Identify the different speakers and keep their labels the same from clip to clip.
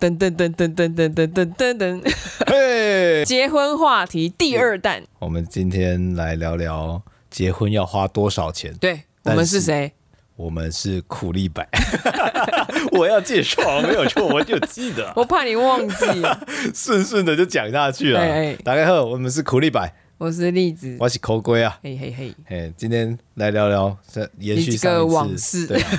Speaker 1: 噔噔噔噔噔噔噔噔噔噔，
Speaker 2: 嘿，
Speaker 1: 结婚话题第二弹。
Speaker 2: 我们今天来聊聊结婚要花多少钱。
Speaker 1: 对，我
Speaker 2: 但
Speaker 1: 们是
Speaker 2: 是
Speaker 1: 谁？
Speaker 2: 我们是苦力白， 我要介绍，没有错，我就记得，
Speaker 1: 我怕你忘记。
Speaker 2: 顺顺的就讲下去了。
Speaker 1: 哎哎
Speaker 2: 大家好，我们是苦力白，
Speaker 1: 我是栗子。
Speaker 2: 我是抠龟啊。
Speaker 1: 嘿嘿嘿，
Speaker 2: 嘿，今天来聊聊这延续
Speaker 1: 你这
Speaker 2: 上
Speaker 1: 个
Speaker 2: 一次
Speaker 1: 往事
Speaker 2: 对啊、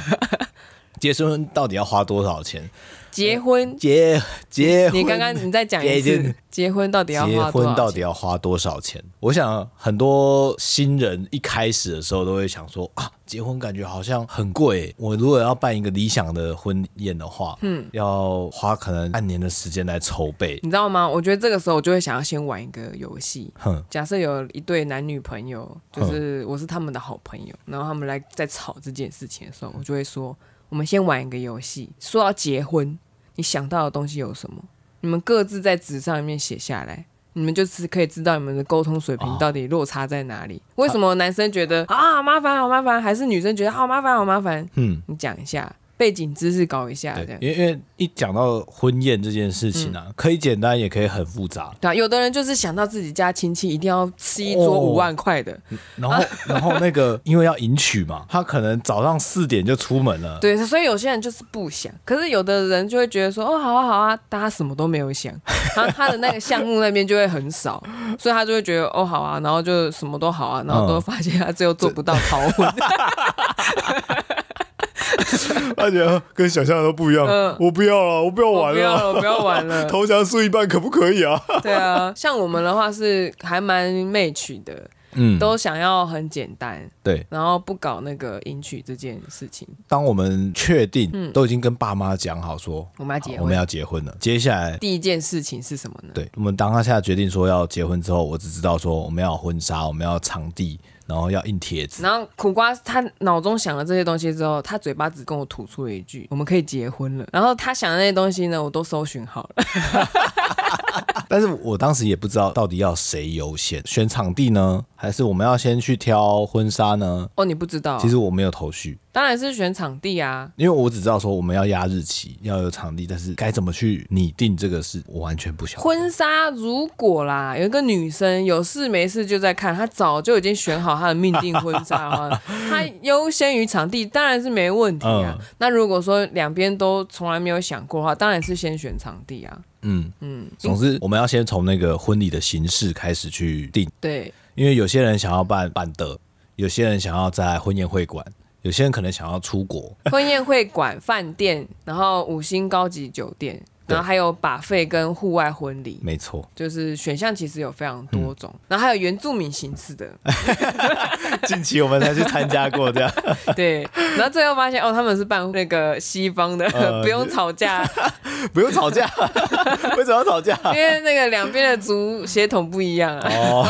Speaker 2: 结婚到底要花多少钱？
Speaker 1: 结婚，
Speaker 2: 结结婚，
Speaker 1: 你刚刚你再讲一
Speaker 2: 结
Speaker 1: 次
Speaker 2: 婚，
Speaker 1: 结婚到底要
Speaker 2: 结
Speaker 1: 花多少
Speaker 2: 婚到
Speaker 1: 钱？
Speaker 2: 底要花多少钱？我想很多新人一开始的时候都会想说啊，结婚感觉好像很贵。我如果要办一个理想的婚宴的话，嗯，要花可能半年的时间来筹备。
Speaker 1: 你知道吗？我觉得这个时候我就会想要先玩一个游戏。
Speaker 2: 哼，
Speaker 1: 假设有一对男女朋友，就是
Speaker 2: 嗯
Speaker 1: 我是他们的好朋友，然后他们来在吵这件事情的时候，我就会说：我们先玩一个游戏。说到结婚，你想到的东西有什么？你们各自在纸上面写下来，你们就是可以知道你们的沟通水
Speaker 2: 啊
Speaker 1: 平到底落差在哪里。为什么男生觉得啊好麻烦好麻烦，还是女生觉得好麻烦好麻烦？
Speaker 2: 嗯，
Speaker 1: 你讲一下背景知识，搞一下这
Speaker 2: 对
Speaker 1: 样，。
Speaker 2: 因为因为一讲到婚宴这件事情啊，
Speaker 1: 嗯
Speaker 2: 可以简单，也可以很复杂。
Speaker 1: 对啊，有的人就是想到自己家亲戚一定要吃一桌
Speaker 2: 哦
Speaker 1: 五万块的，
Speaker 2: 然
Speaker 1: 啊
Speaker 2: 后， 然后那个因为要迎娶嘛，他可能早上四点就出门了。
Speaker 1: 对，所以有些人就是不想，可是有的人就会觉得说，哦，好啊，好啊，但他什么都没有想，然后他的那个项目那边就会很少，所以他就会觉得，哦，好啊，然后就什么都好啊，然后
Speaker 2: 嗯
Speaker 1: 都发现他最后做不到逃 婚，
Speaker 2: 他觉得跟想象的都不一样。
Speaker 1: 嗯
Speaker 2: 我不要了，我不要
Speaker 1: 我
Speaker 2: 玩
Speaker 1: 不要
Speaker 2: 了，
Speaker 1: 了，我不要玩了。
Speaker 2: 投降输一半可不可以啊？
Speaker 1: 对啊，像我们的话是还蛮 match 的，
Speaker 2: 嗯，
Speaker 1: 都想要很简单，
Speaker 2: 对。
Speaker 1: 然后不搞那个迎娶这件事情，
Speaker 2: 当我们确定、都已经跟爸妈讲好说
Speaker 1: 嗯我们要结
Speaker 2: 好我们
Speaker 1: 婚。
Speaker 2: 要结婚了，接下来。
Speaker 1: 第一件事情是什么呢？
Speaker 2: 对我们当下决定说要结婚之后，我只知道说我们要有婚纱，我们要场地，然后要印帖子。
Speaker 1: 然后苦瓜他脑中想了这些东西之后，他嘴巴只跟我吐出了一句：“我们可以结婚了。”然后他想的那些东西呢，我都搜寻好了。嗯
Speaker 2: 但是我当时也不知道到底要谁优先选场地呢，还是我们要先去挑婚纱呢？
Speaker 1: 哦，你不知道啊、
Speaker 2: 其实我没有头绪，
Speaker 1: 当然是选场地啊。
Speaker 2: 因为我只知道说我们要压日期，要有场地，但是该怎么去拟定这个事，我完全不晓得。
Speaker 1: 婚纱如果啦，有一个女生有事没事就在看，她早就已经选好她的命定婚纱的 话，她优先于场地当然是没问题啊。
Speaker 2: 嗯
Speaker 1: 那如果说两边都从来没有想过的话，当然是先选场地啊。
Speaker 2: 嗯嗯，总之我们要先从那个婚礼的形式开始去定。
Speaker 1: 对，
Speaker 2: 因为有些人想要办办的，有些人想要在婚宴会馆，有些人可能想要出国。
Speaker 1: 婚宴会馆、饭店，然后五星高级酒店，
Speaker 2: 对
Speaker 1: 然后还有把费跟户外婚礼，
Speaker 2: 没错，
Speaker 1: 就是选项其实有非常
Speaker 2: 嗯
Speaker 1: 多种。然后还有原住民形 式的，
Speaker 2: 近期我们才去参加过这样。
Speaker 1: 对。然后最后发现哦，他们是办那个西方的，
Speaker 2: 呃
Speaker 1: 不用吵架，
Speaker 2: 不用吵架， 为什么要吵架？
Speaker 1: 因为那个两边的族血统不一样 啊。
Speaker 2: 哦，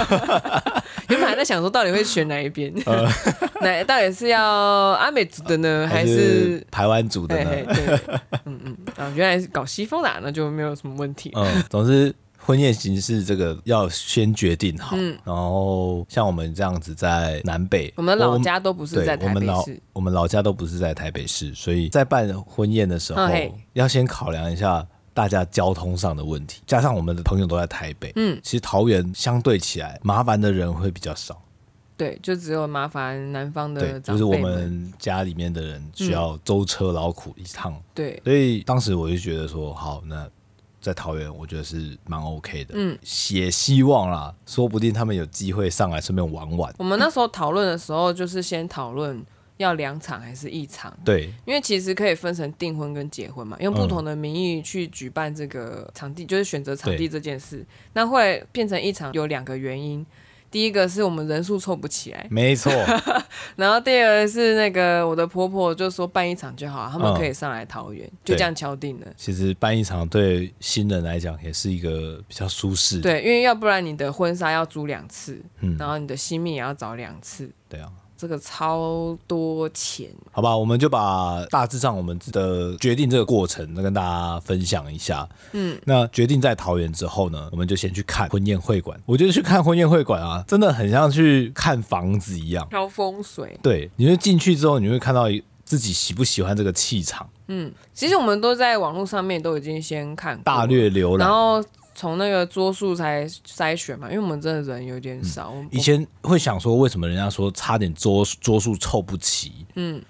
Speaker 1: 原本还在想说，到底会选哪一 边？
Speaker 2: 呃
Speaker 1: 哪到底是要阿美族的呢，还是？
Speaker 2: 台湾组的
Speaker 1: 嘿嘿，
Speaker 2: 呢？
Speaker 1: 对，对嗯嗯，啊，原来是搞西风的啊、那就没有什么问题。
Speaker 2: 嗯，总之。婚宴形式这个要先决定好，然后像我们这样子在南北，
Speaker 1: 嗯我们老家都不是
Speaker 2: 对
Speaker 1: 在
Speaker 2: 我
Speaker 1: 台
Speaker 2: 们
Speaker 1: 北
Speaker 2: 老
Speaker 1: 市，
Speaker 2: 我们老家都不是在台北市，所以在办婚宴的时候，
Speaker 1: 嗯嘿
Speaker 2: 要先考量一下大家交通上的问题，加上我们的朋友都在台北，
Speaker 1: 嗯，
Speaker 2: 其实桃园相对起来麻烦的人会比较少，
Speaker 1: 对，就只有麻烦南方
Speaker 2: 对，
Speaker 1: 的
Speaker 2: 就
Speaker 1: 呃长
Speaker 2: 是我
Speaker 1: 辈们。
Speaker 2: 们家里面的人需要舟车劳苦一趟，
Speaker 1: 对，
Speaker 2: 所以当时我就觉得说，好，那在桃园我觉得是蛮 OK 的，
Speaker 1: 嗯，
Speaker 2: 也希望啦，说不定他们有机会上来顺便玩玩，
Speaker 1: 我们那时候讨论的时候，就是先讨论要两场还是一场，
Speaker 2: 对，
Speaker 1: 因为其实可以分成订婚跟结婚嘛，用
Speaker 2: 嗯
Speaker 1: 不同的名义去举办这个场地，就是选择场地这件事。那后来变成一场有两个原因。第一个是我们人数凑不起来，
Speaker 2: 没错，
Speaker 1: 然后第二个是那个我的婆婆就说办一场就好，他们
Speaker 2: 嗯
Speaker 1: 可以上来桃园，就这样敲定了。
Speaker 2: 其实办一场对新人来讲也是一个比较舒适。，
Speaker 1: 对，因为要不然你的婚纱要租两次，
Speaker 2: 嗯
Speaker 1: 然后你的新密也要找两次，
Speaker 2: 对啊，
Speaker 1: 这个超多钱。
Speaker 2: 好吧，我们就把大致上我们的决定这个过程再跟大家分享一下。嗯，那决定在桃园之后呢，我们就先去看婚宴会馆。我觉得去看婚宴会馆啊，真的很像去看房子一样。
Speaker 1: 挑风水，
Speaker 2: 对，你会进去之后，你会看到自己喜不喜欢这个气场。
Speaker 1: 其实我们都在网络上面都已经先看过
Speaker 2: 大略浏
Speaker 1: 然
Speaker 2: 览。
Speaker 1: 后从那个桌数才筛选嘛，因为我们真的人有点少。我们
Speaker 2: 以前会想说，为什么人家说差点桌桌数凑不齐？
Speaker 1: 嗯，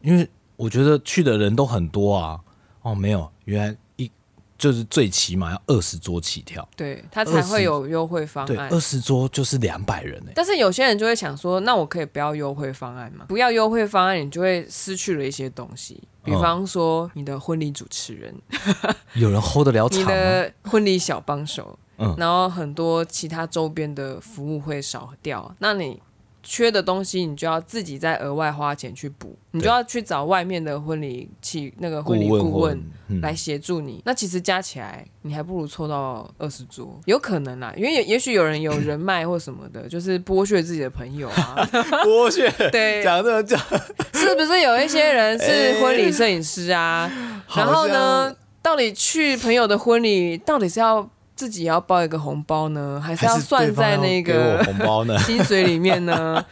Speaker 2: 因为我觉得去的人都很多啊。哦，没有，原来一就是最起码要二十桌起跳，
Speaker 1: 对他才
Speaker 2: 20
Speaker 1: 会有优惠方
Speaker 2: 对，
Speaker 1: 案
Speaker 2: 二。十桌就是两百人哎、
Speaker 1: 但是有些人就会想说，那我可以不要优惠方案嘛？不要优惠方案，你就会失去了一些东西，比
Speaker 2: 嗯
Speaker 1: 方说你的婚礼主持人、
Speaker 2: 有人 hold 得了场
Speaker 1: 你
Speaker 2: 吗？
Speaker 1: 的婚礼小帮手，
Speaker 2: 哦嗯
Speaker 1: 然后很多其他周边的服务会少掉。那你缺的东西，你就要自己再额外花钱去补，你就
Speaker 2: 对
Speaker 1: 要去找外面的婚礼去那个婚礼
Speaker 2: 问
Speaker 1: 顾
Speaker 2: 或
Speaker 1: 问
Speaker 2: 嗯
Speaker 1: 来协助你。那其实加起来，你还不如凑到二十桌，有可能啦，因为也也许有人有人脉或什么 的，就是剥削自己的朋友啊。
Speaker 2: 剥削，
Speaker 1: 对，
Speaker 2: 讲这哎讲，
Speaker 1: 是不是有一些人是婚礼摄影师啊？ 然后呢，到底去朋友友的婚礼，到底是要自己要包一个红包呢，还是要
Speaker 2: 好像？还是对
Speaker 1: 算
Speaker 2: 方
Speaker 1: 在
Speaker 2: 要
Speaker 1: 那
Speaker 2: 给我
Speaker 1: 个
Speaker 2: 红包呢？
Speaker 1: 薪水里面呢？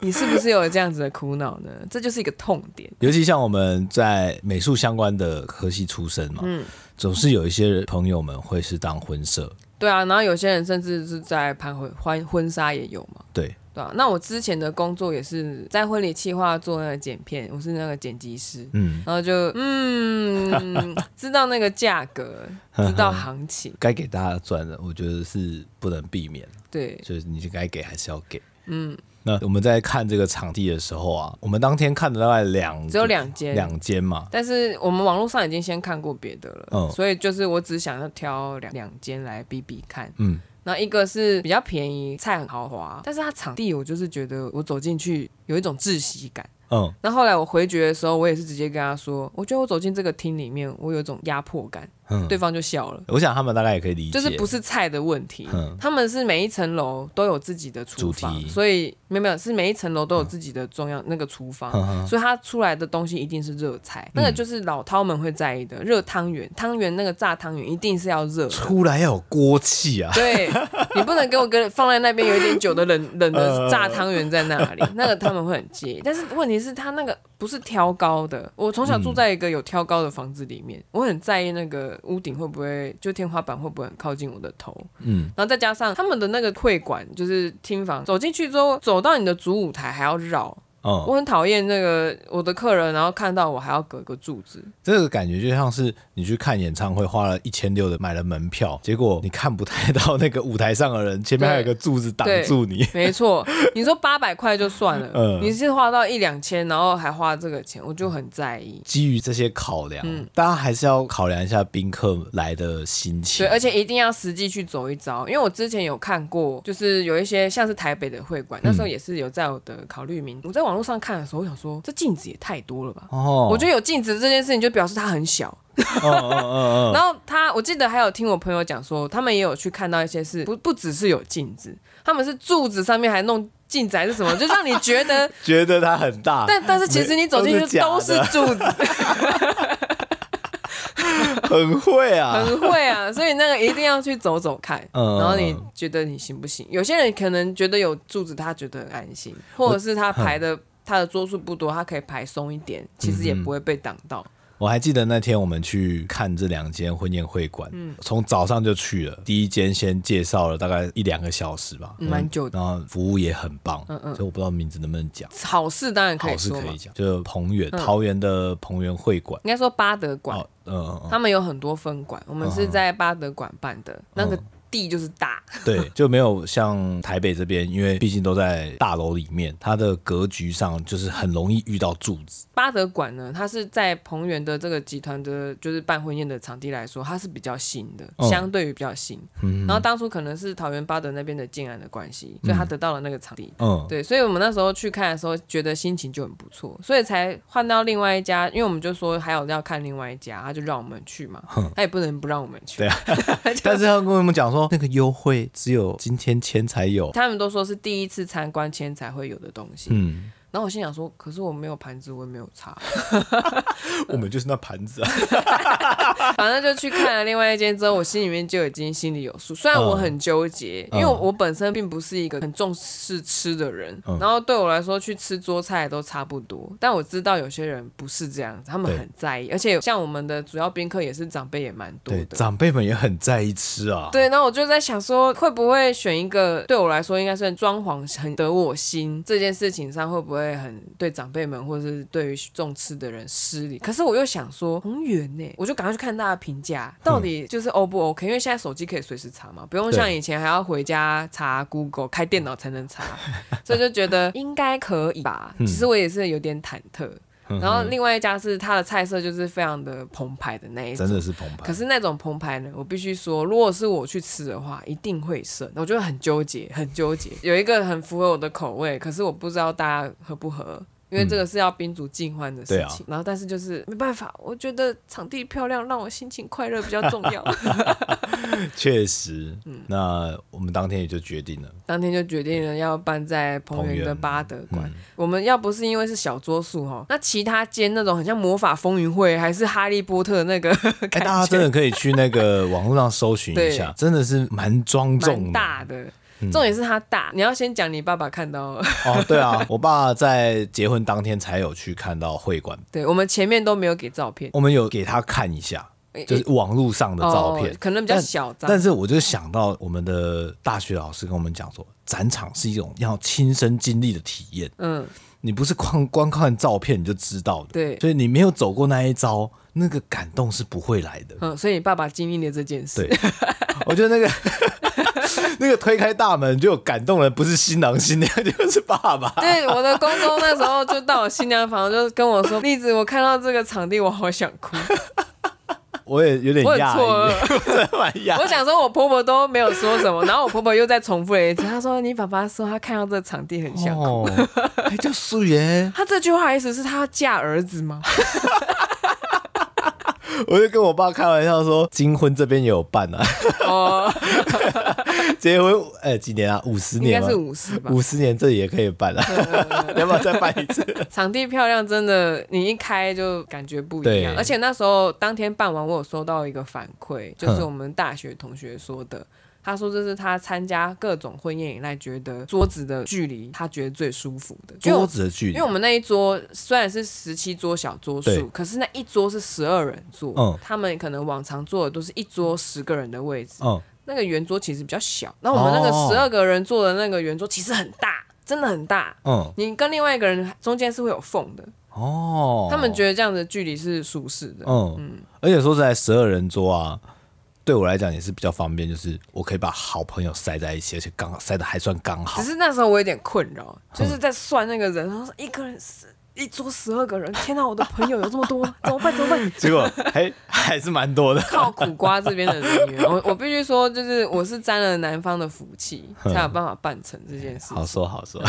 Speaker 1: 你是不是有这样子的苦恼呢？这就是一个痛点。
Speaker 2: 尤其像我们在美术相关的科系出身嘛，
Speaker 1: 嗯
Speaker 2: 总是有一些朋友们会是当婚社，
Speaker 1: 对啊，然后有些人甚至是在拍婚婚婚纱也有嘛。
Speaker 2: 对，
Speaker 1: 对啊，那我之前的工作也是在婚礼企划做那个剪片，我是那个剪辑师，
Speaker 2: 嗯，
Speaker 1: 然后就嗯，知道那个价 格，知道行情，
Speaker 2: 该给大家赚的，我觉得是不能避免，
Speaker 1: 对，
Speaker 2: 就是你该给还是要给，嗯。那我们在看这个场地的时候啊，我们当天看了大概两，
Speaker 1: 只有两间，
Speaker 2: 两间嘛，
Speaker 1: 但是我们网络上已经先看过别的了，
Speaker 2: 嗯
Speaker 1: 所以就是我只想要挑两两间来比比看。
Speaker 2: 嗯，
Speaker 1: 那一个是比较便宜，菜很豪华，但是它场地我就是觉得我走进去有一种窒息感。
Speaker 2: 嗯，
Speaker 1: 那后来我回绝的时候，我也是直接跟他说，我觉得我走进这个厅里面，我有一种压迫感，
Speaker 2: 嗯
Speaker 1: 对方就笑了。
Speaker 2: 我想他们大概也可以理解，
Speaker 1: 就是不是菜的问题，
Speaker 2: 嗯
Speaker 1: 他们是每一层楼都有自己的厨房
Speaker 2: 主，题
Speaker 1: 所以没有没有是每一层楼都有自己的中央那个厨房，
Speaker 2: 嗯哼嗯
Speaker 1: 所以它出来的东西一定是热菜，那个就是老饕们会在意的热汤圆，汤圆那个炸汤圆一定是要 热的。
Speaker 2: 出来要有锅气啊，
Speaker 1: 对你不能给我跟放在那边有一点久的 冷冷的
Speaker 2: 呃
Speaker 1: 炸汤圆在那里，那个他们会很介意。但是问题是，他那个不是挑高的。我从小
Speaker 2: 嗯
Speaker 1: 住在一个有挑高的房子里面，我很在意那个屋顶会不会，就天花板会不会很靠近我的头。
Speaker 2: 嗯，
Speaker 1: 然后再加上他们的那个会馆，就是厅房，走进去之后，走到你的主舞台还要绕，
Speaker 2: 嗯，
Speaker 1: 我很讨厌那个我的客人，然后看到我还要隔个柱子。
Speaker 2: 这个感觉就像是你去看演唱会，花了一千六的买了门票，结果你看不太到那个舞台上的人，前面还有一个柱子挡住你，
Speaker 1: 没错，你说八百块就算了，
Speaker 2: 嗯
Speaker 1: 你是花到一两千，然后还花这个钱，我就很在意。
Speaker 2: 基于这些考量，
Speaker 1: 嗯
Speaker 2: 大家还是要考量一下宾客来的心情
Speaker 1: 对，。而且一定要实际去走一遭，因为我之前有看过，就是有一些像是台北的会馆，那时候也是有在我的考虑名。我在网络上看的时候，我想说这镜子也太多了吧。
Speaker 2: 哦，
Speaker 1: 我觉得有镜子这件事情就表示它很小，
Speaker 2: 得，嗯嗯嗯嗯，
Speaker 1: 然后他，我记得还有听我朋友讲说，他们也有去看到一些是不不只是有镜子，他们是柱子上面还弄镜子还是什么，就让你觉得，
Speaker 2: 觉得它很大，
Speaker 1: 但但是其实你走进
Speaker 2: 都是
Speaker 1: 去
Speaker 2: 假
Speaker 1: 都是
Speaker 2: 的
Speaker 1: 柱子，
Speaker 2: 很会啊，
Speaker 1: 很会啊，所以那个一定要去走走看。
Speaker 2: 嗯
Speaker 1: 然后你觉得你行不行？有些人可能觉得有柱子，他觉得很安心，或者是他排的
Speaker 2: 嗯
Speaker 1: 他的桌数不多，他可以排松一点，其实也不会被挡到。
Speaker 2: 我还记得那天我们去看这两间婚宴会馆，
Speaker 1: 嗯
Speaker 2: 从早上就去了。第一间先介绍了大概一两个小时吧，
Speaker 1: 嗯蛮久的
Speaker 2: 然后服务也很棒，
Speaker 1: 嗯嗯
Speaker 2: 所以我不知道名字能不能讲，
Speaker 1: 好事当然可
Speaker 2: 好
Speaker 1: 以
Speaker 2: 是
Speaker 1: 说嗯
Speaker 2: 可
Speaker 1: 嘛
Speaker 2: 以，讲，就是彭远、桃园的彭园会馆。
Speaker 1: 应该说巴德馆
Speaker 2: 哦，嗯嗯嗯，
Speaker 1: 他们有很多分馆，我们是在巴德馆办的，那个地就是大，
Speaker 2: 对，就没有像台北这边，因为毕竟都在大楼里面，它的格局上就是很容易遇到柱子。
Speaker 1: 巴德馆呢，它是在彭源的这个集团的，就是办婚宴的场地来说，它是比较新的，
Speaker 2: 嗯
Speaker 1: 相对于比较新。然后当初可能是桃园巴德那边的建案的关系，所以他得到了那个场地。
Speaker 2: 嗯，
Speaker 1: 对，所以我们那时候去看的时候，觉得心情就很不错，所以才换到另外一家，因为我们就说还有要看另外一家，他就让我们去嘛，他也不能不让我们去。
Speaker 2: 对啊 但是他跟我们讲说，那个优惠只有今天签才有。
Speaker 1: 他们都说是第一次参观前才会有的东西，
Speaker 2: 嗯，
Speaker 1: 然后我心想说，可是我没有盘子，我也没有擦，
Speaker 2: 我们就是那盘子啊，
Speaker 1: 反正就去看了另外一间之后，我心里面就已经心里有数。虽然我很纠结，
Speaker 2: 嗯
Speaker 1: 因为我本身并不是一个很重视吃的人，
Speaker 2: 嗯
Speaker 1: 然后对我来说去吃桌菜都差不多。但我知道有些人不是这样子，他们
Speaker 2: 对
Speaker 1: 很在意，而且像我们的主要宾客也是长辈，也蛮多
Speaker 2: 对，
Speaker 1: 的。
Speaker 2: 长辈们也很在意吃啊，
Speaker 1: 对，那我就在想说，会不会选一个对我来说应该算装潢很得我心这件事情上，会不会很对长辈们或者是对于重吃的人失礼？可是我又想说，宏源呢，我就赶快去看大家评价，到底就是 O 不 OK？因为现在手机可以随时查嘛，不用
Speaker 2: 嗯对
Speaker 1: 像以前还要回家查 Google，开电脑才能 查，所以就觉得应该可以吧。
Speaker 2: 嗯
Speaker 1: 其实我也是有点忐忑。
Speaker 2: 嗯
Speaker 1: 然后另外一家是它的菜色就是非常的澎湃的那一种
Speaker 2: 真，的是澎湃
Speaker 1: 可。是那种澎湃呢，我必须说，如果是我去吃的话，一定会剩。我觉得很纠结，很纠结。有一个很符合我的口味，可是我不知道大家合不合。因为这个是要宾主尽欢的事
Speaker 2: 对啊
Speaker 1: 情，然后但是就是没办法，我觉得场地漂亮让我心情快乐比较重 要。
Speaker 2: 确实，
Speaker 1: 嗯
Speaker 2: 那我们当天也就决定了，
Speaker 1: 当天就决定了要办在彭
Speaker 2: 彭嗯
Speaker 1: 源
Speaker 2: 园
Speaker 1: 的巴德馆。我们要不是因为是小桌数哈，那其他间那种很像魔法风云会还是哈利波特那个
Speaker 2: 哎、
Speaker 1: 感觉，
Speaker 2: 大家真的可以去那个网络上搜寻一 下，真的是蛮庄重的嗯
Speaker 1: 蛮大的。重点是它大，你要先讲你爸爸看到了
Speaker 2: 哦。对啊，我爸在结婚当天才有去看到会馆，
Speaker 1: 对我们前面都没有给照片，
Speaker 2: 我们有给他看一下，就
Speaker 1: 诶
Speaker 2: 是网络上的照片
Speaker 1: 哦。可能比较
Speaker 2: 但
Speaker 1: 小张，
Speaker 2: 但是我就想到我们的大学老师跟我们讲说，展场是一种要亲身经历的体验，
Speaker 1: 嗯，
Speaker 2: 你不是光 光看照片你就知道的，
Speaker 1: 对，
Speaker 2: 所以你没有走过那一遭，那个感动是不会 来的。
Speaker 1: 嗯，所以你爸爸经历了这件事，
Speaker 2: 对，我觉得那个 那个推开大门就有感动人，不是新郎新娘就是爸爸。
Speaker 1: 对，我的公公那时候就到我新娘房，就跟我说：“栗子，我看到这个场地，我好想哭。
Speaker 2: 我也有点
Speaker 1: 我很
Speaker 2: 讶异，
Speaker 1: 错
Speaker 2: 我真的 蛮”讶
Speaker 1: 我
Speaker 2: 异。
Speaker 1: 想说，我婆婆都没有说什么，然后我婆婆又再重复了一次，她说：“你爸爸说他看到这个场地很想哭。
Speaker 2: 哦，哎，叫 素颜，
Speaker 1: 她这句话意思是她要嫁儿子 吗？
Speaker 2: 我就跟我爸开玩笑说，金婚这边也有办啊，
Speaker 1: 哦，
Speaker 2: 结婚哎几年啊？五十
Speaker 1: 应该
Speaker 2: 年吗
Speaker 1: 是？五十吧。
Speaker 2: 五十年这里也可以办啊，你要不要再办一次？
Speaker 1: 场地漂亮，真的，你一开就感觉不一样。
Speaker 2: 对
Speaker 1: 而且那时候当天办完，我有收到一个反馈，就是
Speaker 2: 哼
Speaker 1: 我们大学同学说的。他说这是他参加各种婚宴以来，觉得桌子的距离他觉得最舒服的。因为
Speaker 2: 桌
Speaker 1: 我
Speaker 2: 子的距
Speaker 1: 因
Speaker 2: 离
Speaker 1: 为我，们那一桌虽然是十七桌小桌
Speaker 2: 对
Speaker 1: 数，可是那一桌是十二人坐，
Speaker 2: 嗯
Speaker 1: 他们可能往常坐的都是一桌十个人的位置，
Speaker 2: 嗯，
Speaker 1: 那个圆桌其实比较小。那我们那个
Speaker 2: 哦
Speaker 1: 十二个人坐的那个圆桌其实很大，真的很大。
Speaker 2: 嗯，
Speaker 1: 你跟另外一个人中间是会有缝的，
Speaker 2: 哦，
Speaker 1: 他们觉得这样的距离是舒适的。
Speaker 2: 嗯，而且说实在，十二人桌啊，对我来讲也是比较方便，就是我可以把好朋友塞在一起，而且刚塞的还算刚好
Speaker 1: 只。是那时候我有点困扰，
Speaker 2: 嗯
Speaker 1: 就是在算那个人，然后说一个人十一桌十二个人，天哪，我的朋友有这么 多，怎么办？怎么办？
Speaker 2: 结果还还是蛮多的，
Speaker 1: 靠苦瓜这边的人员，我我必须说，就是我是沾了南方的福气，才有办法办成这件事
Speaker 2: 嗯好。说 好说。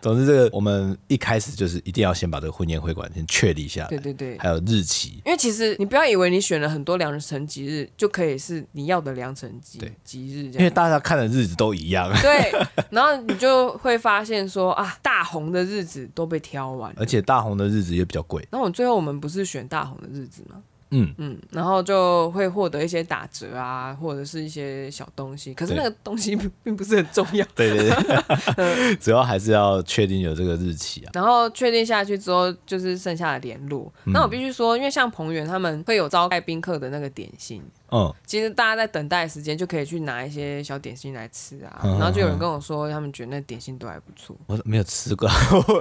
Speaker 2: 总之，这个我们一开始就是一定要先把这个婚宴会馆先确立下来，
Speaker 1: 对对对。
Speaker 2: 还有日期。
Speaker 1: 因为其实你不要以为你选了很多良辰吉日就可以是你要的良辰吉
Speaker 2: 对
Speaker 1: 吉日这
Speaker 2: 因为
Speaker 1: 样，
Speaker 2: 大家看的日子都一样，
Speaker 1: 对，然后你就会发现说啊，大红的日子都被挑完了，
Speaker 2: 而且大红的日子也比较贵。
Speaker 1: 然后我最后我们不是选大红的日子吗？
Speaker 2: 嗯，
Speaker 1: 嗯，然后就会获得一些打折啊，或者是一些小东西。可是
Speaker 2: 对
Speaker 1: 那个东西 并并不是很重要。
Speaker 2: 对对
Speaker 1: 嗯
Speaker 2: 对， 主要还是要确定有这个日期啊。
Speaker 1: 然后确定下去之后，就是剩下的联络。那我必须说，因为像彭源他们会有招待宾客的那个点心，
Speaker 2: 嗯，
Speaker 1: 其实大家在等待的时间就可以去拿一些小点心来吃啊。
Speaker 2: 嗯
Speaker 1: 然后就有人跟我说，他们觉得那点心都还不错。
Speaker 2: 我没有吃过，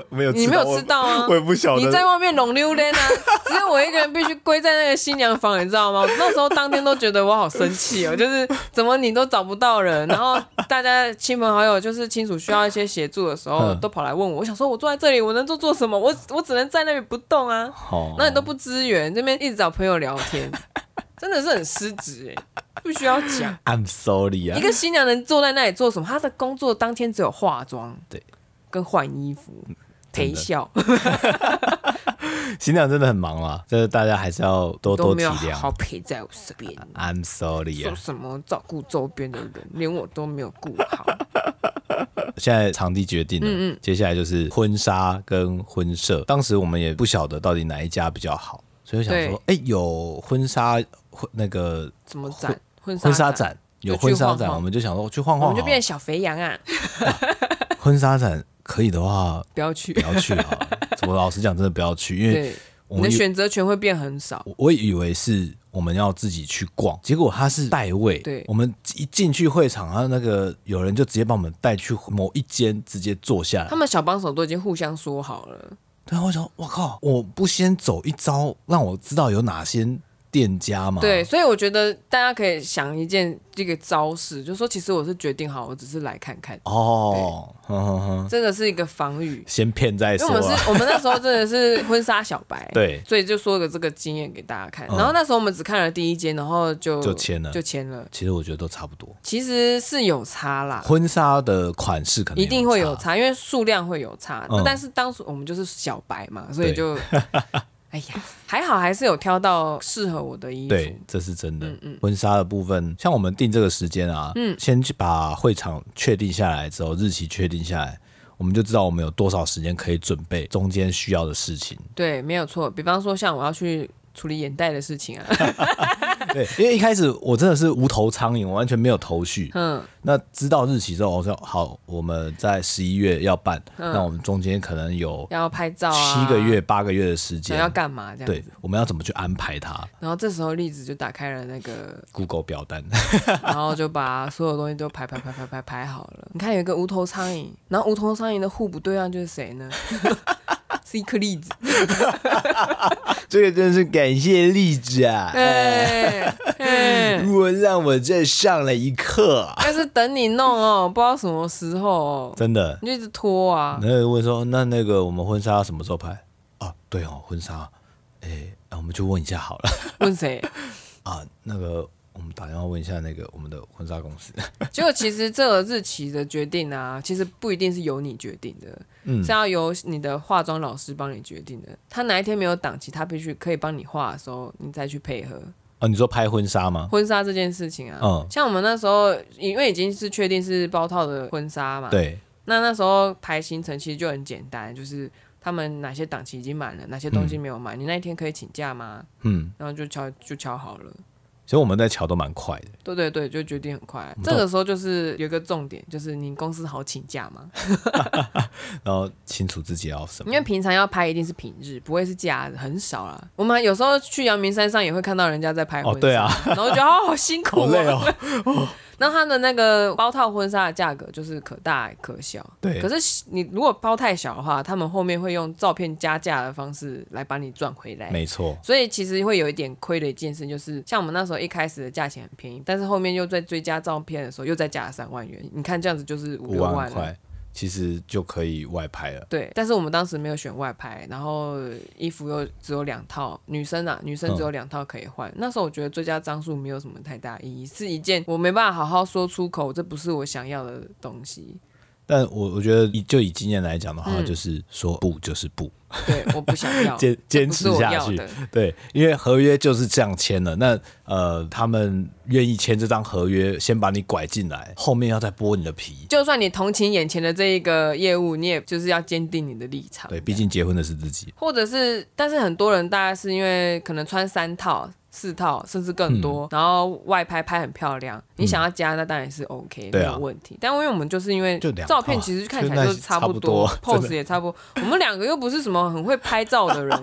Speaker 2: 我没有吃到，
Speaker 1: 你没有
Speaker 2: 我
Speaker 1: 吃到啊
Speaker 2: 我？也不晓得。
Speaker 1: 你在外面拢溜嘞呢， 只有我一个人必须归在那个新娘房，你知道吗？我那时候当天都觉得我好生气哦，就是怎么你都找不到人，然后大家亲朋好友就是亲属需要一些协助的时候，
Speaker 2: 嗯
Speaker 1: 都跑来问我。我想说，我坐在这里，我能做做什么？我我只能在那里不动啊。
Speaker 2: 哦
Speaker 1: 那你都不支援，这边一直找朋友聊 天，真的是很失职哎、不需要讲。
Speaker 2: I'm sorry 啊
Speaker 1: 一，个新娘能坐在那里做什么？她的工作当天只有化妆，
Speaker 2: 对，嗯
Speaker 1: 跟换衣服、
Speaker 2: 真的
Speaker 1: 陪笑。
Speaker 2: 新娘真的很忙啦，就是大家还是要多
Speaker 1: 都
Speaker 2: 多
Speaker 1: 没
Speaker 2: 体
Speaker 1: 有好好
Speaker 2: 谅。
Speaker 1: 陪在我身边，
Speaker 2: I'm sorry
Speaker 1: 说
Speaker 2: 啊，
Speaker 1: 什么照顾周边的人，连我都没有顾好。
Speaker 2: 现在场地决定了，
Speaker 1: 嗯
Speaker 2: 接下来就是婚纱跟婚摄。当时我们也不晓得到底哪一家比较好，所以我想说，哎、有婚纱婚那个
Speaker 1: 怎 么展婚纱
Speaker 2: 婚纱，展，有婚
Speaker 1: 就去
Speaker 2: 纱
Speaker 1: 晃
Speaker 2: 展，
Speaker 1: 晃
Speaker 2: 我们就想说去晃
Speaker 1: 我
Speaker 2: 晃
Speaker 1: 们就
Speaker 2: 好
Speaker 1: 变
Speaker 2: 了。
Speaker 1: 小肥羊啊！
Speaker 2: 婚纱展可以的话，
Speaker 1: 不要
Speaker 2: 不
Speaker 1: 去，
Speaker 2: 要去 好了。怎么老实讲，真的不要去，因为
Speaker 1: 对，
Speaker 2: 我
Speaker 1: 你
Speaker 2: 们
Speaker 1: 的
Speaker 2: 以
Speaker 1: 选择权会变很少。
Speaker 2: 我我以为是我们要自己去逛，结果他是代位。
Speaker 1: 对
Speaker 2: 我们一进去会场，然后那个有人就直接把我们带去某一间，直接坐下来
Speaker 1: 他。们小帮手都已经互相说好了，
Speaker 2: 对啊，我想，我靠，我不先走一遭，让我知道有哪些店家吗？
Speaker 1: 对，，所以我觉得大家可以想一件这个招式，就说其实我是决定好，我只是来看看，
Speaker 2: 哦，哼哼哼，
Speaker 1: 真的是一个防御。
Speaker 2: 先骗再
Speaker 1: 因为
Speaker 2: 说
Speaker 1: 我们
Speaker 2: 啊。
Speaker 1: 是，我们那时候真的是婚纱小白，
Speaker 2: 对
Speaker 1: 所以就说个这个经验给大家看。
Speaker 2: 嗯
Speaker 1: 然后那时候我们只看了第一间，然后就
Speaker 2: 就签了
Speaker 1: 就签了。
Speaker 2: 其实我觉得都差不多，
Speaker 1: 其实是有差啦，
Speaker 2: 婚纱的款式可能
Speaker 1: 一定会有
Speaker 2: 差。
Speaker 1: 差，因为数量会有差。
Speaker 2: 嗯
Speaker 1: 但是当时我们就是小白嘛，所以
Speaker 2: 对
Speaker 1: 就， 哎呀，还好还是有挑到适合我的衣服嗯
Speaker 2: 对。，这是真的。婚纱的部分，像我们定这个时间啊，先去把会场确定下来之后，日期确定下来，我们就知道我们有多少时间可以准备中间需要的事 情。
Speaker 1: 对，没有错。比方说，像我要去处理眼袋的事情啊，
Speaker 2: 对，因为一开始我真的是无头苍蝇，我完全没有头绪。
Speaker 1: 嗯，
Speaker 2: 那知道日期之后，我说好，我们在十一月要办，
Speaker 1: 嗯
Speaker 2: 那我们中间可能有
Speaker 1: 要拍照啊，
Speaker 2: 七个月、八个月的时
Speaker 1: 想要
Speaker 2: 间。
Speaker 1: 干嘛这样
Speaker 2: 对
Speaker 1: 子。，
Speaker 2: 我们要怎么去安排它
Speaker 1: 然后这时候栗子就打开了那个，
Speaker 2: ？Google 表单，
Speaker 1: 然后就把所有东西都排排排排排排好了。你看有一个无头苍蝇，然后无头苍蝇的互补对象就是谁呢？ 是一颗栗 子。
Speaker 2: 这个真是感谢栗子啊！
Speaker 1: 哎、 哎
Speaker 2: 我让我这上了一课、
Speaker 1: 但是等你弄 哦，不知道什么时候哦，
Speaker 2: 真的。
Speaker 1: 你就一直拖啊。
Speaker 2: 那个问说，那那个我们婚纱什么时候拍？啊，对哦，婚纱，哎、啊我们就问一下好了
Speaker 1: 问谁？
Speaker 2: 啊。那个我们打电话问一下那个我们的婚纱公 司。
Speaker 1: 结果其实这个日期的决定啊，其实不一定是由你决定的，
Speaker 2: 嗯
Speaker 1: 是要由你的化妆老师帮你决定的。他哪一天没有档期，他必须可以帮你化的时候，你再去配合
Speaker 2: 哦，你说拍婚纱吗？
Speaker 1: 婚纱这件事情啊。
Speaker 2: 嗯
Speaker 1: 像我们那时候，因为已经是确定是包套的婚纱嘛，
Speaker 2: 对，
Speaker 1: 那那时候排行程其实就很简单，就是他们哪些档期已经满了，哪些东西没有满，你那一天可以请假吗？
Speaker 2: 嗯，
Speaker 1: 然后就敲就敲好了。
Speaker 2: 其实我们在瞧都蛮快的。
Speaker 1: 对对对，就决定很快。
Speaker 2: 嗯
Speaker 1: 这个时候就是有一个重点，就是你公司好请假吗？
Speaker 2: 然后清楚自己要 什
Speaker 1: 因
Speaker 2: 么。
Speaker 1: 为平常要拍一定是平日，不会是假日，很少啦。我们有时候去阳明山上也会看到人家在拍婚纱，
Speaker 2: 哦对啊
Speaker 1: 然后就觉得哦好辛苦、
Speaker 2: 好累哦。
Speaker 1: 那它的那个包套婚纱的价格就是可大可小，
Speaker 2: 对
Speaker 1: 可是你如果包太小的话，他们后面会用照片加价的方式来把你赚回来。
Speaker 2: 没错，
Speaker 1: 所以其实会有一点亏的一件事，就是像我们那时候一开始的价钱很便宜，但是后面又在追加照片的时候又再加了三万元，你看这样子就是五
Speaker 2: 五
Speaker 1: 六
Speaker 2: 万
Speaker 1: 了
Speaker 2: 块其实就可以外拍了。
Speaker 1: 对，但是我们当时没有选外拍，然后衣服又只有两套，女生啊，女生只有两套可以换。那时候我觉得追加张数没有什么太大意义，是一件我没办法好好说出口，这不是我想要的东 西。
Speaker 2: 但我我觉得以就以经验来讲的话，
Speaker 1: 嗯
Speaker 2: 就是说不就是不，
Speaker 1: 对，我不想要，
Speaker 2: 坚
Speaker 1: 这
Speaker 2: 坚
Speaker 1: 不
Speaker 2: 持
Speaker 1: 是我
Speaker 2: 下
Speaker 1: 要
Speaker 2: 去。
Speaker 1: 的。
Speaker 2: 对，因为合约就是这样签了。那呃，他们愿意签这张合约，先把你拐进来，后面要再剥你的皮。
Speaker 1: 就算你同情眼前的这一个业务，你也就是要坚定你的立场。
Speaker 2: 对，毕竟结婚的是自己。
Speaker 1: 或者是，但是很多人大概是因为可能穿三套、四套，甚至
Speaker 2: 嗯
Speaker 1: 更多，然后外拍拍很漂亮，你想要加那当然是 OK，、没
Speaker 2: 对啊
Speaker 1: 有问题。但因为我们就是因为
Speaker 2: 就两套啊
Speaker 1: 照片其实看起来
Speaker 2: 就那
Speaker 1: 就
Speaker 2: 些
Speaker 1: 差
Speaker 2: 差
Speaker 1: 不
Speaker 2: 不
Speaker 1: 多
Speaker 2: 多
Speaker 1: p o s e 也差不多，我们两个又不是什么很会拍照的人，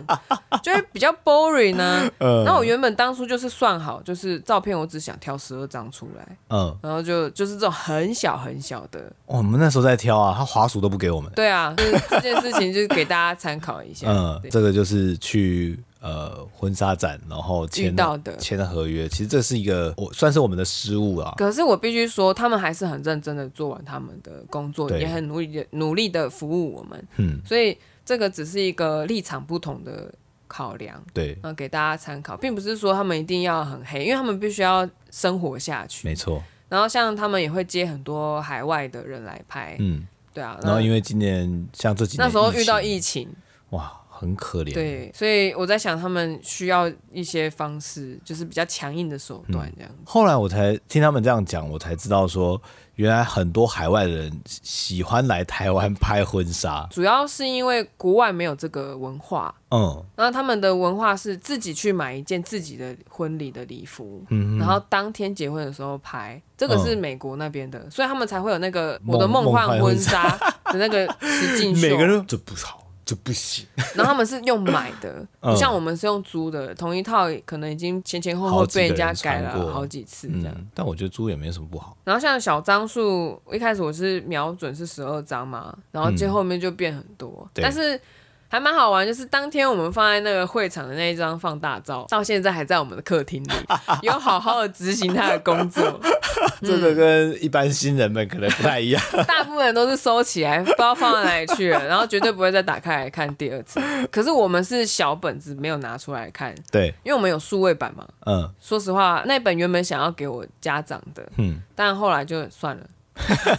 Speaker 1: 就会比较 boring 呢、
Speaker 2: 呃
Speaker 1: 然后我原本当初就是算好，就是照片我只想挑十二张出来，
Speaker 2: 嗯，
Speaker 1: 然后就就是这种很小很小的，
Speaker 2: 我们那时候在挑啊，他滑鼠都不给我们。
Speaker 1: 对啊，就是这件事情就是给大家参考一下。
Speaker 2: 嗯，
Speaker 1: 对
Speaker 2: 这个就是去呃婚纱展，然后
Speaker 1: 遇
Speaker 2: 签
Speaker 1: 到
Speaker 2: 了
Speaker 1: 的
Speaker 2: 签了合约。其实这是一个我算是我们的失误啊。
Speaker 1: 可是我必须说，他们还是很认真的做完他们的工作，
Speaker 2: 对
Speaker 1: 也很努力的努力的服务我们，
Speaker 2: 嗯，
Speaker 1: 所以这个只是一个立场不同的考量，
Speaker 2: 对，
Speaker 1: 呃，给大家参考，并不是说他们一定要很黑，因为他们必须要生活下去
Speaker 2: 没。错。
Speaker 1: 然后像他们也会接很多海外的人来拍，
Speaker 2: 嗯，
Speaker 1: 对啊，
Speaker 2: 然后因
Speaker 1: 为
Speaker 2: 为今年像这几年
Speaker 1: 那时候遇到
Speaker 2: 疫
Speaker 1: 疫情，
Speaker 2: 情哇，很可怜。，
Speaker 1: 对，所以我在想，他们需要一些方式，就是比较强硬的手
Speaker 2: 嗯
Speaker 1: 段这样。
Speaker 2: 后来我才听他们这样讲，我才知道说，原来很多海外的人喜欢来台湾拍婚纱。
Speaker 1: 主要是因为国外没有这个文化，
Speaker 2: 嗯
Speaker 1: 然后他们的文化是自己去买一件自己的婚礼的礼服，
Speaker 2: 嗯哼，
Speaker 1: 然后当天结婚的时候拍，这个是
Speaker 2: 嗯
Speaker 1: 美国那边的，所以他们才会有那个
Speaker 2: 梦
Speaker 1: 我的梦
Speaker 2: 梦幻
Speaker 1: 幻
Speaker 2: 婚
Speaker 1: 婚纱的那个实境秀
Speaker 2: 每，个人都这不好，这不行，
Speaker 1: 然后他们是用买的，
Speaker 2: 嗯
Speaker 1: 不像我们是用租的，同一套可能已经前前后
Speaker 2: 好
Speaker 1: 后
Speaker 2: 几个
Speaker 1: 被人家
Speaker 2: 人
Speaker 1: 改
Speaker 2: 穿过
Speaker 1: 了好几次这样。
Speaker 2: 嗯，但我觉得租也没什么不好。
Speaker 1: 然后像小张数，一开始我是瞄准是十二张嘛，然后最后面就变很多，
Speaker 2: 对
Speaker 1: 但是还蛮好玩，就是当天我们放在那个会场的那一张放大照，到现在还在我们的客厅里，有好好的执行他的工作。
Speaker 2: 这个跟一般新人们可能不太一样。
Speaker 1: 大部分都是收起来，不知道放到哪里去了，然后绝对不会再打开来看第二次。可是我们是小本子，没有拿出来看，
Speaker 2: 对，
Speaker 1: 因为我们有数位版嘛。
Speaker 2: 嗯
Speaker 1: 说实话，那本原本想要给我家长的，
Speaker 2: 嗯，
Speaker 1: 但后来就算了。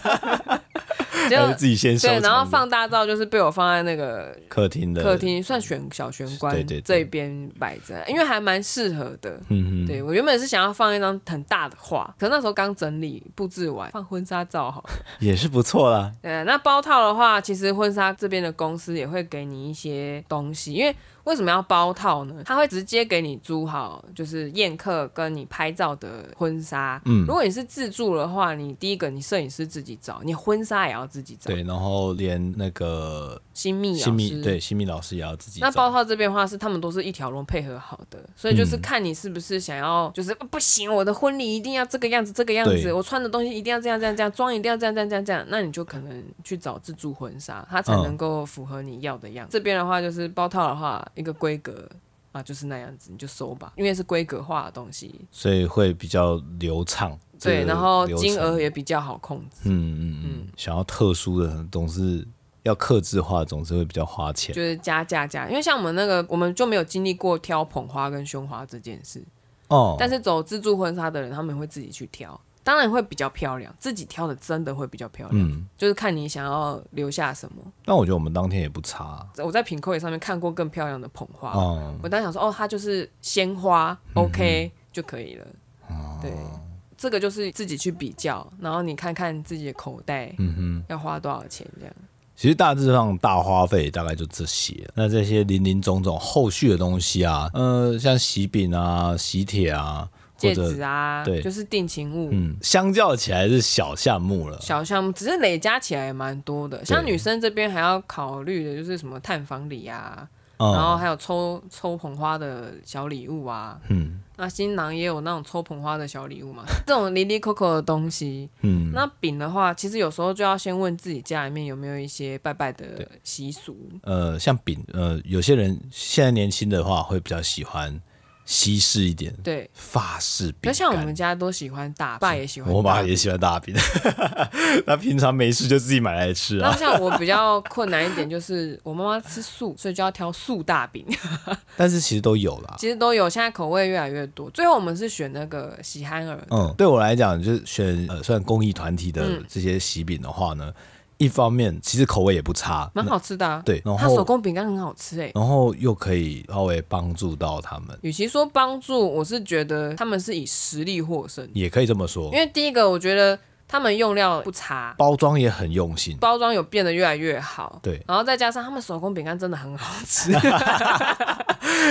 Speaker 1: 结
Speaker 2: 还
Speaker 1: 果
Speaker 2: 是自己 先收
Speaker 1: 对，
Speaker 2: 藏
Speaker 1: 然后
Speaker 2: 着
Speaker 1: 放大照就是被我放在那个
Speaker 2: 客厅的
Speaker 1: 客，厅，算玄小玄关
Speaker 2: 对对对
Speaker 1: 这一边摆着，因为还蛮适合的。
Speaker 2: 嗯哼，
Speaker 1: 对我原本是想要放一张很大的画，可是那时候刚整理布置完，放婚纱照好了。
Speaker 2: 也是不错啦。
Speaker 1: 对，那包套的话，其实婚纱这边的公司也会给你一些东西，因为为什么要包套呢？他会直接给你租好，就是宴客跟你拍照的婚纱。
Speaker 2: 嗯
Speaker 1: 如果你是自助的话，你第一个你摄影师自己找，你婚纱也要自己找。
Speaker 2: 对，然后连那个
Speaker 1: 新密老
Speaker 2: 新密
Speaker 1: 师
Speaker 2: 对新密老师也要自己
Speaker 1: 那
Speaker 2: 找
Speaker 1: 包套这边的话是他们都是一条龙配合好的，所以就是
Speaker 2: 嗯
Speaker 1: 看你是不是想要，就是、呃不行，我的婚礼一定要这个样子，这个样
Speaker 2: 对
Speaker 1: 子，我穿的东西一定要这样这样这样，妆一定要这样这样这样这样，那你就可能去找自助婚纱，它才
Speaker 2: 嗯
Speaker 1: 能够符合你要的样子。这边的话就是包套的话，一个规格。啊，就是那样子，你就收吧，因为是规格化的东西，
Speaker 2: 所以会比较流畅。
Speaker 1: 对，
Speaker 2: 这个
Speaker 1: 然后
Speaker 2: 流程
Speaker 1: 金额也比较好控制，
Speaker 2: 嗯嗯嗯，想要特殊的总是要克制化，总是会比较花钱。
Speaker 1: 就是加价加，因为像我们那个，我们就没有经历过挑捧花跟胸花这件事，
Speaker 2: 哦，
Speaker 1: 但是走自助婚纱的人，他们会自己去挑，当然会比较漂亮，自己挑的真的会比较漂亮，
Speaker 2: 嗯，
Speaker 1: 就是看你想要留下什么。
Speaker 2: 但我觉得我们当天也不差。啊
Speaker 1: 我在品扣上面看过更漂亮的捧花，
Speaker 2: 哦，嗯
Speaker 1: 我当时想说，哦，它就是鲜花、o k 就可以了。
Speaker 2: 哦
Speaker 1: 对，这个就是自己去比较，然后你看看自己的口袋
Speaker 2: 嗯哼，
Speaker 1: 要花多少钱这样。
Speaker 2: 其实大致上大花费大概就这些。那这些零零总总后续的东西啊，呃，像喜饼啊、喜帖啊，或
Speaker 1: 戒
Speaker 2: 者
Speaker 1: 指啊，
Speaker 2: 对
Speaker 1: 就是定情物，
Speaker 2: 嗯，相较起来是小项目了。
Speaker 1: 小项目，只是累加起来也蛮多的。像
Speaker 2: 对
Speaker 1: 女生这边还要考虑的就是什么探访礼啊，然后
Speaker 2: 嗯
Speaker 1: 还有抽抽捧花的小礼物啊，
Speaker 2: 嗯
Speaker 1: 那新郎也有那种抽捧花的小礼物嘛， 这种零零扣扣的东西。
Speaker 2: 嗯，
Speaker 1: 那饼的话，其实有时候就要先问自己家里面有没有一些拜拜的习俗，
Speaker 2: 呃，像饼，呃，有些人现在年轻的话会比较喜欢西式一点，
Speaker 1: 对。
Speaker 2: 法式饼
Speaker 1: 可
Speaker 2: 干。
Speaker 1: 像我们家都喜欢大饼，爸也 喜欢大饼，
Speaker 2: 我妈也喜欢大饼， 她平常没事就自己买来吃
Speaker 1: 然
Speaker 2: 啊
Speaker 1: 后。像我比较困难一点，就是我妈妈吃素，所以就要挑素大饼。
Speaker 2: 但是其实都有啦。
Speaker 1: 其实都有，现在口味越来越多。最后我们是选那个喜憨儿，
Speaker 2: 嗯，对我来讲，就是选呃算公益团体
Speaker 1: 嗯
Speaker 2: 的这些喜饼的话呢，一方面其实口味也不差，
Speaker 1: 蛮好吃的、啊。
Speaker 2: 对，然
Speaker 1: 它手
Speaker 2: 后
Speaker 1: 工饼干很好吃哎、
Speaker 2: 然后又可以稍微帮助到他们，
Speaker 1: 与其说帮助，我是觉得他们是以实力获胜，
Speaker 2: 也可以这么说
Speaker 1: 嗯因。为第一个我觉得他们用料不差，
Speaker 2: 包装也很用心，
Speaker 1: 包装有变得越来越好，
Speaker 2: 对，
Speaker 1: 然后再加上他们手工饼干真的很好 吃，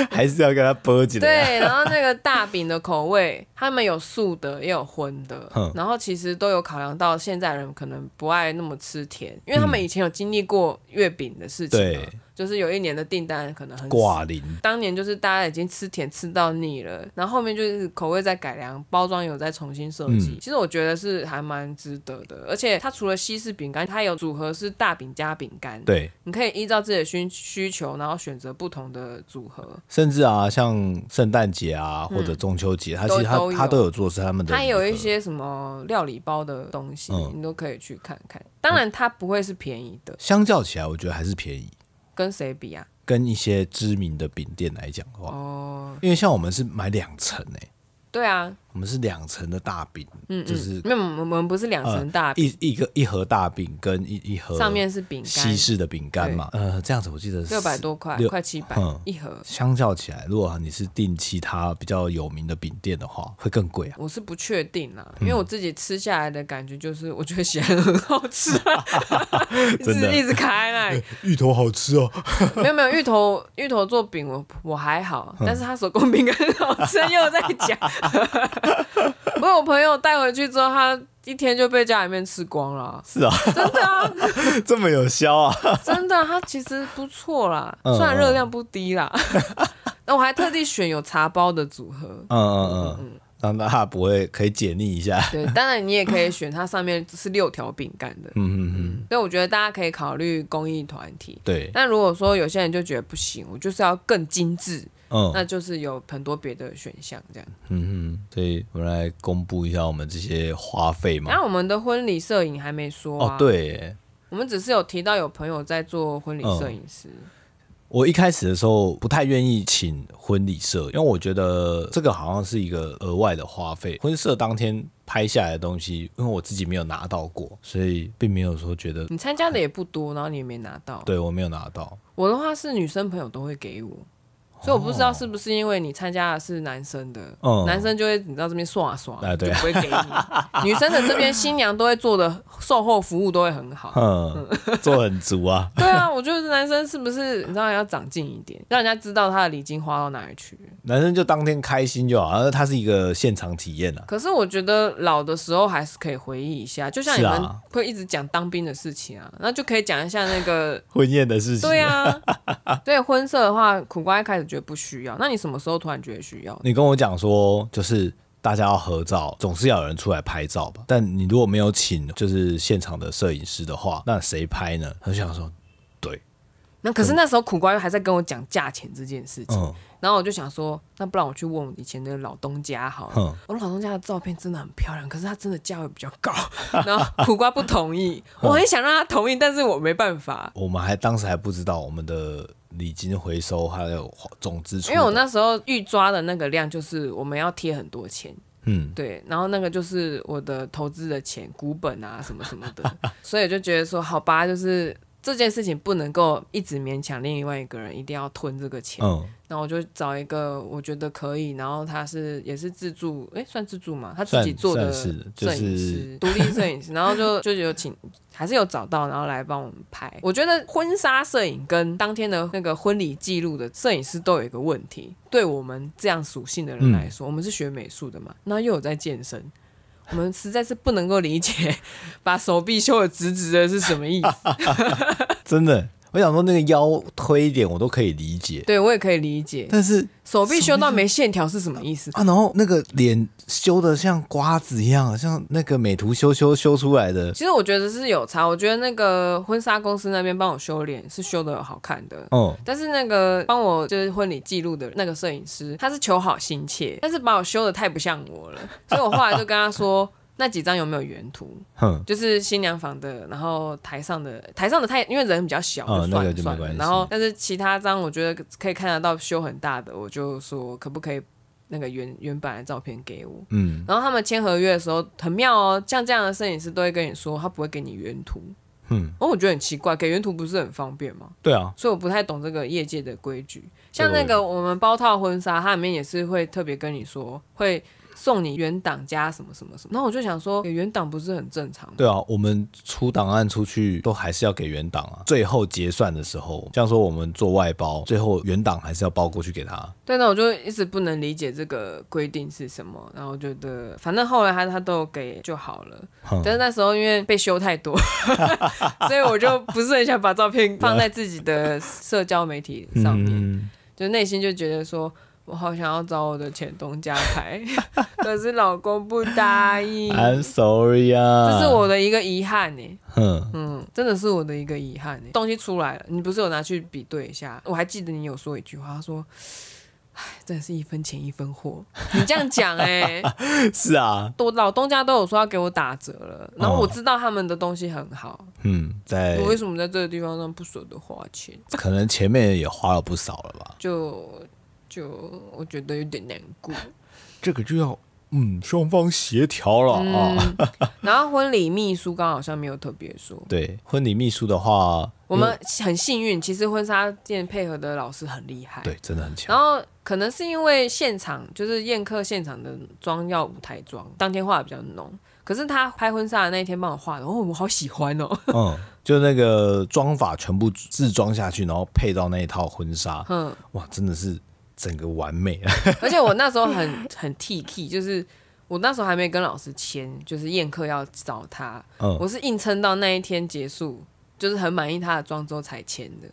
Speaker 2: 还是要跟他波起来。
Speaker 1: 对，然后那个大饼的口味，他们有素的也有荤的
Speaker 2: 哼，
Speaker 1: 然后其实都有考量到现在人可能不爱那么吃甜，因为他们以前有经历过月饼的事情嘛，
Speaker 2: 嗯对
Speaker 1: 就是有一年的订单可能很少。
Speaker 2: 挂零，
Speaker 1: 当年就是大家已经吃甜吃到腻了，然后后面就是口味在改良，包装有在重新设计。
Speaker 2: 嗯
Speaker 1: 其实我觉得是还蛮值得的，而且它除了西式饼干，它有组合是大饼加饼干，
Speaker 2: 对，
Speaker 1: 你可以依照自己的需需求，然后选择不同的组合。
Speaker 2: 甚至啊，像圣诞节啊或者中秋节，他其实
Speaker 1: 嗯
Speaker 2: 他
Speaker 1: 都
Speaker 2: 他都有做是他们的礼盒，
Speaker 1: 它也有一些什么料理包的东西，
Speaker 2: 嗯
Speaker 1: 你都可以去看看。当然，它不会是便宜的，
Speaker 2: 相较起来，我觉得还是便宜。
Speaker 1: 跟谁比啊？
Speaker 2: 跟一些知名的饼店来讲的话，
Speaker 1: 哦，
Speaker 2: 因为像我们是买两层诶，欸
Speaker 1: 对啊，
Speaker 2: 我们是两层的大饼，
Speaker 1: 嗯嗯，
Speaker 2: 就是
Speaker 1: 没有，我们不是两层大饼，
Speaker 2: 一一个一盒大饼跟一啊一盒
Speaker 1: 上面是饼干
Speaker 2: 西，式的饼干嘛，呃，这样子我记得是
Speaker 1: 六百多块，
Speaker 2: 六
Speaker 1: 快七百
Speaker 2: 嗯
Speaker 1: 一盒。
Speaker 2: 相较起来，如果你是订其他比较有名的饼店的话，会更贵啊。
Speaker 1: 我是不确定啦，因
Speaker 2: 嗯
Speaker 1: 为我自己吃下来的感觉就是，我觉得咸很好吃、 啊，一
Speaker 2: 真的
Speaker 1: 直一直开那里。
Speaker 2: 哎芋头好吃哦，
Speaker 1: 没有没有，芋头芋头做饼我我还好，
Speaker 2: 嗯
Speaker 1: 但是他手工饼干很好吃，又在 讲。我有朋友带回去之后，他一天就被家里面吃光了，
Speaker 2: 是啊，
Speaker 1: 真的啊，
Speaker 2: 这么有销啊，
Speaker 1: 真的啊，它其实不错啦，
Speaker 2: 嗯
Speaker 1: 虽然热量不低啦。 那我还特地选有茶包的组合，
Speaker 2: 嗯嗯嗯，让大家不会可以解腻一下，
Speaker 1: 对，当然你也可以选它上面是六条饼干的，
Speaker 2: 嗯嗯嗯，
Speaker 1: 所以我觉得大家可以考虑公益团体。
Speaker 2: 对，
Speaker 1: 那如果说有些人就觉得不行，我就是要更精致，
Speaker 2: 嗯
Speaker 1: 那就是有很多别的选项这样。
Speaker 2: 嗯嗯，所以我们来公布一下我们这些花费嘛
Speaker 1: 那。我们的婚礼摄影还没说啊，
Speaker 2: 哦，，对耶，
Speaker 1: 我们只是有提到有朋友在做婚礼摄影师，
Speaker 2: 哦我一开始的时候不太愿意请婚礼社，因为我觉得这个好像是一个额外的花费。婚摄当天拍下来的东西，因为我自己没有拿到过，所以并没有说觉得
Speaker 1: 你参加的也不多，然后你也没拿到。
Speaker 2: 对我没有拿到。
Speaker 1: 我的话是女生朋友都会给我，
Speaker 2: 哦
Speaker 1: 所以我不知道是不是因为你参加的是男生的，
Speaker 2: 嗯
Speaker 1: 男生就会你知道这边刷刷，
Speaker 2: 啊对
Speaker 1: 就不会给你。女生的这边新娘都会做的售后服务都会很 好。
Speaker 2: 嗯，做很足啊。
Speaker 1: 对啊，我觉得男生是不是你知道要长进一点，让人家知道他的礼金花到哪里去。
Speaker 2: 男生就当天开心就好，然后它是一个现场体验啊。
Speaker 1: 可是我觉得老的时候还是可以回忆一下，就像你
Speaker 2: 是啊
Speaker 1: 们会一直讲当兵的事情啊，那就可以讲一下那 个。
Speaker 2: 婚宴的事情，
Speaker 1: 对啊，对婚摄的话，苦瓜一开始觉得不需要，那你什么时候突然觉得需要？
Speaker 2: 你跟我讲说，就是大家要合照，总是要有人出来拍照吧。但你如果没有请就是现场的摄影师的话，那谁拍呢？他就想说，对，
Speaker 1: 那可是那时候苦瓜又还在跟我讲价钱这件事情，
Speaker 2: 嗯
Speaker 1: 然后我就想说，那不然我去问我以前的老东家好了。
Speaker 2: 哼，
Speaker 1: 我老东家的照片真的很漂亮，可是他真的价位比较高，然后苦瓜不同意，我很想让他同意，但是我没办法，
Speaker 2: 我们还当时还不知道我们的礼金回收还有总支出，
Speaker 1: 因为我那时候预抓的那个量就是我们要贴很多钱，
Speaker 2: 嗯
Speaker 1: 对，然后那个就是我的投资的钱、股本啊什么什么的，所以就觉得说，好吧，就是这件事情不能够一直勉强另外一个人一定要吞这个钱，
Speaker 2: 嗯，
Speaker 1: 然后我就找一个我觉得可以，然后他是也是自助，诶，算自助嘛，他自己
Speaker 2: 算
Speaker 1: 做的摄
Speaker 2: 算
Speaker 1: 影师，
Speaker 2: 是就是
Speaker 1: 独立摄影师，然后就就有请，还是有找到，然后来帮我们拍。我觉得婚纱摄影跟当天的那个婚礼记录的摄影师都有一个问题，对我们这样属性的人
Speaker 2: 嗯
Speaker 1: 来说，我们是学美术的嘛，那又有在健身。我们实在是不能够理解，把手臂修的直直的是什么 意思？
Speaker 2: 真的，我想说那个腰推一点我都可以理解，
Speaker 1: 对我也可以理解，
Speaker 2: 但是
Speaker 1: 手臂修到没线条是什么意思？
Speaker 2: 啊，然后那个脸修的像瓜子一样，像那个美图修修修出来的，
Speaker 1: 其实我觉得是有差，我觉得那个婚纱公司那边帮我修脸是修的好看的。
Speaker 2: 嗯
Speaker 1: 但是那个帮我就是婚礼记录的那个摄影师，他是求好心切，但是把我修的太不像我了，所以我后来就跟他说，那几张有没有原图？
Speaker 2: 哼，
Speaker 1: 就是新娘房的，然后台上的台上的太，因为人比较小，
Speaker 2: 嗯
Speaker 1: 就算
Speaker 2: 那
Speaker 1: 了
Speaker 2: 个就没
Speaker 1: 算了。
Speaker 2: 关系
Speaker 1: 然后但是其他张我觉得可以看得到修很大的，我就说可不可以那个原原版的照片给我？
Speaker 2: 嗯
Speaker 1: 然后他们签合约的时候很妙哦，像这样的摄影师都会跟你说，他不会给你原图。
Speaker 2: 嗯，
Speaker 1: 哦，我觉得很奇怪，给原图不是很方便吗？
Speaker 2: 对啊，
Speaker 1: 所以我不太懂这个业界的规矩。
Speaker 2: 这个
Speaker 1: 像那个我们包套婚纱，它里面也是会特别跟你说，会送你原档加什么什么什么。然后我就想说，给原档不是很正常吗？
Speaker 2: 对啊，我们出档案出去都还是要给原档啊。最后结算的时候，像说我们做外包，最后原档还是要包过去给他。
Speaker 1: 对，那我就一直不能理解这个规定是什么。然后我觉得，反正后来他他都有给就好了。
Speaker 2: 哼
Speaker 1: 但是那时候因为被修太 多，所以我就不是很想把照片放在自己的社交媒体上面，
Speaker 2: 嗯，
Speaker 1: 就内心就觉得说。我好想要找我的前东家拍， 可是老公不答应，
Speaker 2: I'm sorry 啊，
Speaker 1: 这是我的一个遗憾呢、
Speaker 2: 哼，
Speaker 1: 嗯，真的是我的一个遗憾、欸。东西出来了，你不是有拿去比对一下？我还记得你有说一句话，他说：“哎，真的是一分钱一分货。”你这样讲哎、欸，
Speaker 2: 是啊，
Speaker 1: 我老东家都有说要给我打折了，然后我知道他们的东西很好，
Speaker 2: 嗯，在
Speaker 1: 我为什么在这个地方上不舍得花钱？
Speaker 2: 可能前面也花了不少了吧，
Speaker 1: 就就我觉得有点难过。
Speaker 2: 这个就要嗯，双方协调了
Speaker 1: 嗯
Speaker 2: 啊。
Speaker 1: 然后婚礼秘书刚刚好像没有特别说，
Speaker 2: 对，婚礼秘书的话，
Speaker 1: 我们很幸运，其实婚纱店配合的老师很厉害。
Speaker 2: 嗯对，真的很强
Speaker 1: 然。后可能是因为现场就是宴客现场的妆要舞台妆，当天画的比较浓。可是他拍婚纱的那一天帮我画的，哦，我好喜欢 哦。
Speaker 2: 嗯，就那个妆法全部自装下去，然后配到那一套婚纱，
Speaker 1: 嗯，
Speaker 2: 哇，真的是整个完美。啊
Speaker 1: 而且我那时候很很 T K，就是我那时候还没跟老师签，就是宴客要找他，
Speaker 2: 嗯，
Speaker 1: 我是硬撑到那一天结束，就是很满意他的妆之后才签的。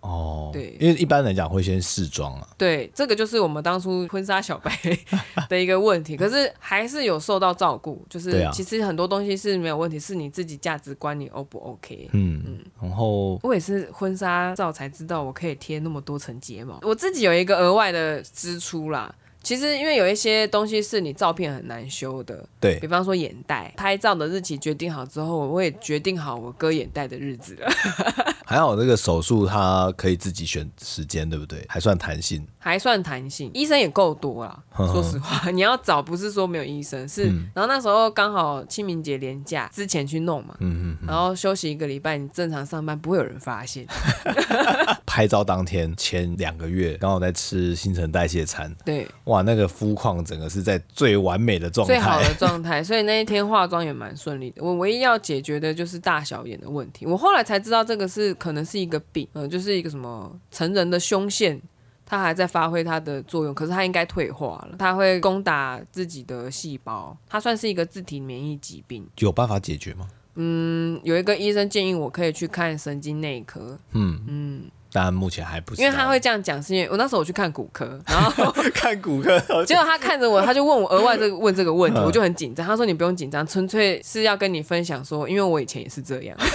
Speaker 2: 哦，
Speaker 1: 对
Speaker 2: 因为一般来讲会先试妆啊。
Speaker 1: 对，这个就是我们当初婚纱小白 的一个问题，可是还是有受到照顾，就
Speaker 2: 对
Speaker 1: 是
Speaker 2: 啊
Speaker 1: 其实很多东西是没有问题，是你自己价值观你 O 不 OK。
Speaker 2: 嗯，然后
Speaker 1: 我也是婚纱照才知道我可以贴那么多层睫毛，我自己有一个额外的支出啦。其实因为有一些东西是你照片很难修的，
Speaker 2: 对
Speaker 1: 比，方说眼袋，拍照的日期决定好之后，我也决定好我割眼袋的日子了，
Speaker 2: 还好这个手术它可以自己选时间，对不对？还算弹性。
Speaker 1: 还算弹性，医生也够多啦。
Speaker 2: 呵呵
Speaker 1: 说实话， 你要找不是说没有医生，是、
Speaker 2: 嗯
Speaker 1: 然后那时候刚好清明节连假之前去弄嘛，
Speaker 2: 嗯嗯
Speaker 1: 然后休息一个礼拜，你正常上班不会有人发现，
Speaker 2: 嗯，拍照当天前两个月刚好在吃新陈代谢餐，
Speaker 1: 对，
Speaker 2: 哇，那个肤况整个是在最完美的状
Speaker 1: 最好
Speaker 2: 态。
Speaker 1: 的状态，所以那一天化妆也蛮顺利的。我唯一要解决的就是大小眼的问题。我后来才知道这个是可能是一个病，嗯、就是一个什么成人的胸腺，它还在发挥它的作用，可是它应该退化了，它会攻打自己的细胞，它算是一个自体免疫疾病。
Speaker 2: 有办法解决吗？
Speaker 1: 嗯，有一个医生建议我可以去看神经内科，
Speaker 2: 嗯嗯，但目前还不啊知道，
Speaker 1: 因为他会这样讲，是因为我那时候我去看骨科，然后
Speaker 2: 看骨科，
Speaker 1: 结果他看着我，他就问我额外这个问这个问题，
Speaker 2: 嗯
Speaker 1: 我就很紧张。他说你不用紧张，纯粹是要跟你分享说，因为我以前也是这样。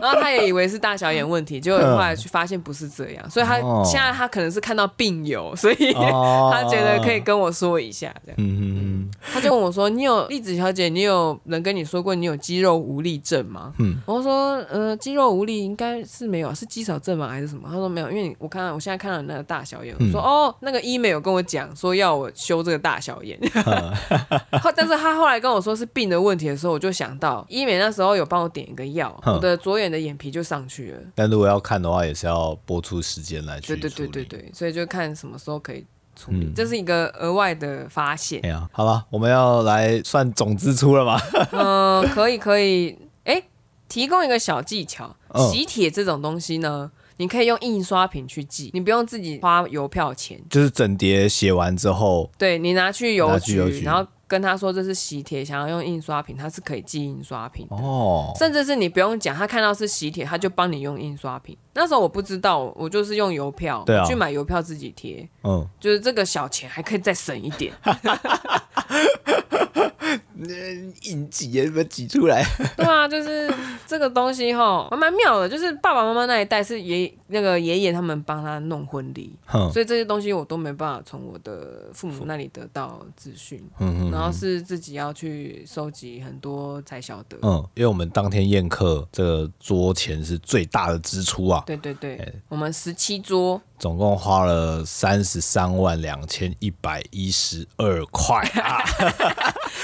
Speaker 1: 然后他也以为是大小眼问题，结果后来去发现不是这样，所以他
Speaker 2: 哦
Speaker 1: 现在他可能是看到病友，所以
Speaker 2: 哦
Speaker 1: 他觉得可以跟我说一下，这样
Speaker 2: 嗯嗯
Speaker 1: 他就问我说：“你有栗子小姐，你有人跟你说过你有肌肉无力症吗？”
Speaker 2: 嗯
Speaker 1: 我说：“呃，肌肉无力应该是没有啊，是肌少症吗？还是什么？”他说：“没有，因为你我看到我现在看到你那个大小眼，我
Speaker 2: 嗯
Speaker 1: 说、哦，那个医美有跟我讲说要我修这个大小眼，
Speaker 2: 嗯
Speaker 1: 后但是他后来跟我说是病的问题的时候，我就想到医美那时候有帮我点一个药，
Speaker 2: 嗯
Speaker 1: 我的左眼的眼皮就上去了。”
Speaker 2: 但如果要看的话，也是要播出时间来去
Speaker 1: 对对对
Speaker 2: 处
Speaker 1: 对
Speaker 2: 理。
Speaker 1: 对，所以就看什么时候可以处理，
Speaker 2: 嗯
Speaker 1: 这是一个额外的发现。
Speaker 2: 哎呀，好了，我们要来算总支出了吗？
Speaker 1: 嗯，可以可以。哎、提供一个小技巧，
Speaker 2: 嗯
Speaker 1: 喜帖这种东西呢，你可以用印刷品去寄，你不用自己花邮票钱。
Speaker 2: 就是整叠写完之后，
Speaker 1: 对你拿去邮
Speaker 2: 拿去邮局
Speaker 1: 然后跟他说这是喜帖，想要用印刷品，他是可以寄印刷品的。
Speaker 2: 哦，
Speaker 1: 甚至是你不用讲，他看到是喜帖，他就帮你用印刷品。那时候我不知道，我就是用邮票，
Speaker 2: 对啊
Speaker 1: 我去买邮票自己贴，
Speaker 2: 嗯，
Speaker 1: 就是这个小钱还可以再省一点。
Speaker 2: 硬挤也没挤出 来。
Speaker 1: 对啊，就是这个东西哈，还蛮妙的。就是爸爸妈妈那一代是爷那个爷爷他们帮他弄婚礼，
Speaker 2: 哼，
Speaker 1: 所以这些东西我都没办法从我的父母那里得到资讯，
Speaker 2: 嗯
Speaker 1: 然
Speaker 2: 嗯
Speaker 1: 后是自己要去收集很多才晓得。
Speaker 2: 嗯，因为我们当天宴客，这个桌钱是最大的支出啊，
Speaker 1: 对对对，我们十七桌，
Speaker 2: 总共花了三十三万两千一百一十二块啊。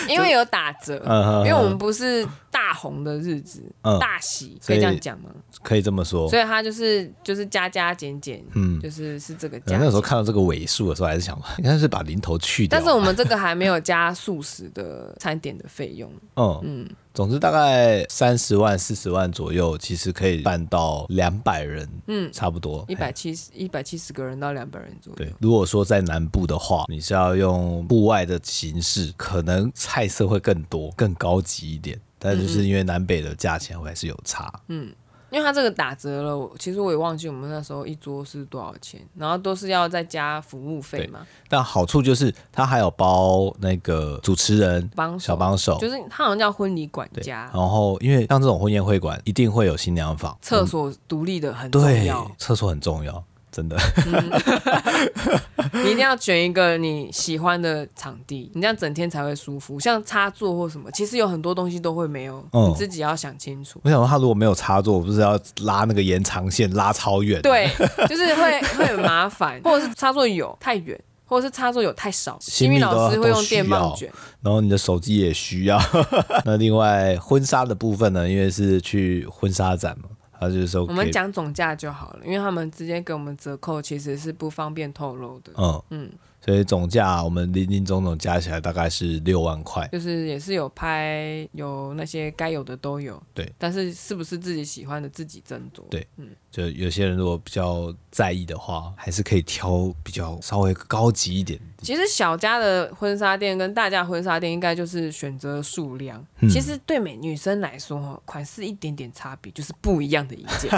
Speaker 1: 因为有打折，
Speaker 2: 嗯哼
Speaker 1: 因为我们不是大红的日子，
Speaker 2: 嗯哦
Speaker 1: 大喜可以这样讲吗？
Speaker 2: 可以这么说。
Speaker 1: 所以他就是就是加加减减，
Speaker 2: 嗯，
Speaker 1: 就是是这个价
Speaker 2: 那
Speaker 1: 钱。
Speaker 2: 时候看到这个尾数的时候，还是想，应该是把零头去掉。
Speaker 1: 但是我们这个还没有加素食的餐点的费 用，
Speaker 2: 嗯嗯，总之大概三十万、四十万左右，其实可以办到两百人，嗯，差不多
Speaker 1: 一百。七十一百七十个人到两百人左右。
Speaker 2: 对，如果说在南部的话，你是要用户外的形式，可能菜色会更多、更高级一点，但就是因为南北的价钱还是有差。
Speaker 1: 嗯因为他这个打折了，我其实我也忘记我们那时候一桌是多少钱，然后都是要再加服务费嘛，
Speaker 2: 但好处就是它还有包那个主持人、
Speaker 1: 帮手
Speaker 2: 小帮手，
Speaker 1: 就是啊他好像叫婚礼管
Speaker 2: 对。
Speaker 1: 家
Speaker 2: 然，后因为像这种婚宴会馆，一定会有新娘房，
Speaker 1: 厕所独立的很重
Speaker 2: 对
Speaker 1: 要，，
Speaker 2: 厕所很重要，真的。
Speaker 1: 你一定要选一个你喜欢的场地，你这样整天才会舒服。像插座或什么，其实有很多东西都会没有，
Speaker 2: 嗯
Speaker 1: 你自己要想清楚。
Speaker 2: 我想说，他如果没有插座，我不是要拉那个延长线拉超远？，
Speaker 1: 对，就是会会很麻烦，或者是插座有太远，或者是插座有太少，心
Speaker 2: 心理
Speaker 1: 理
Speaker 2: 都
Speaker 1: 老师会
Speaker 2: 都
Speaker 1: 用
Speaker 2: 需
Speaker 1: 电棒
Speaker 2: 要
Speaker 1: 卷，
Speaker 2: 然后你的手机也需要。 那另外婚纱的部分呢，因为是去婚纱展嘛，他就是说
Speaker 1: 我们
Speaker 2: 给
Speaker 1: 讲总价就好了，因为他们直接给我们折扣其实是不方便透露的，
Speaker 2: 嗯嗯，所以总价我们零零总总加起来大概是六万块。
Speaker 1: 就是也是有拍有那些该有的都有，
Speaker 2: 对，
Speaker 1: 但是是不是自己喜欢的自己斟酌，
Speaker 2: 对就有些人如果比较在意的话，还是可以挑比较稍微高级一点。
Speaker 1: 其实小家的婚纱店跟大家婚纱店应该就是选择数量。
Speaker 2: 嗯
Speaker 1: 其实对美女生来说，哦款式一点点差别就是不一样的一件。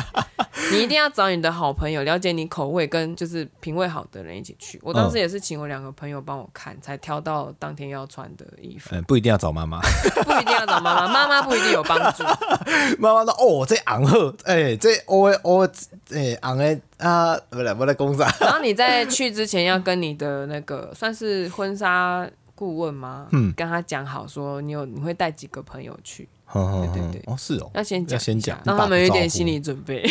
Speaker 1: 你一定要找你的好朋友，了解你口味跟就是品味好的人一起去。我当时也是请我两个朋友帮我看，才挑到当天要穿的衣服。
Speaker 2: 嗯，不一定要找妈妈，
Speaker 1: 不一定要找妈妈，妈妈不一定有帮助。
Speaker 2: 妈妈说哦，这昂赫，哎、这哦的哦的，哎、昂的啊，不来不来工厂，
Speaker 1: 然后你在去之前要跟你的那个算是婚纱顾问吗？嗯，跟他讲好说你有你会带几个朋友去。
Speaker 2: 对
Speaker 1: 对对
Speaker 2: 哦是哦，
Speaker 1: 要先讲一
Speaker 2: 要
Speaker 1: 下，
Speaker 2: 先讲
Speaker 1: 让他们有一点心
Speaker 2: 理。
Speaker 1: 理准备，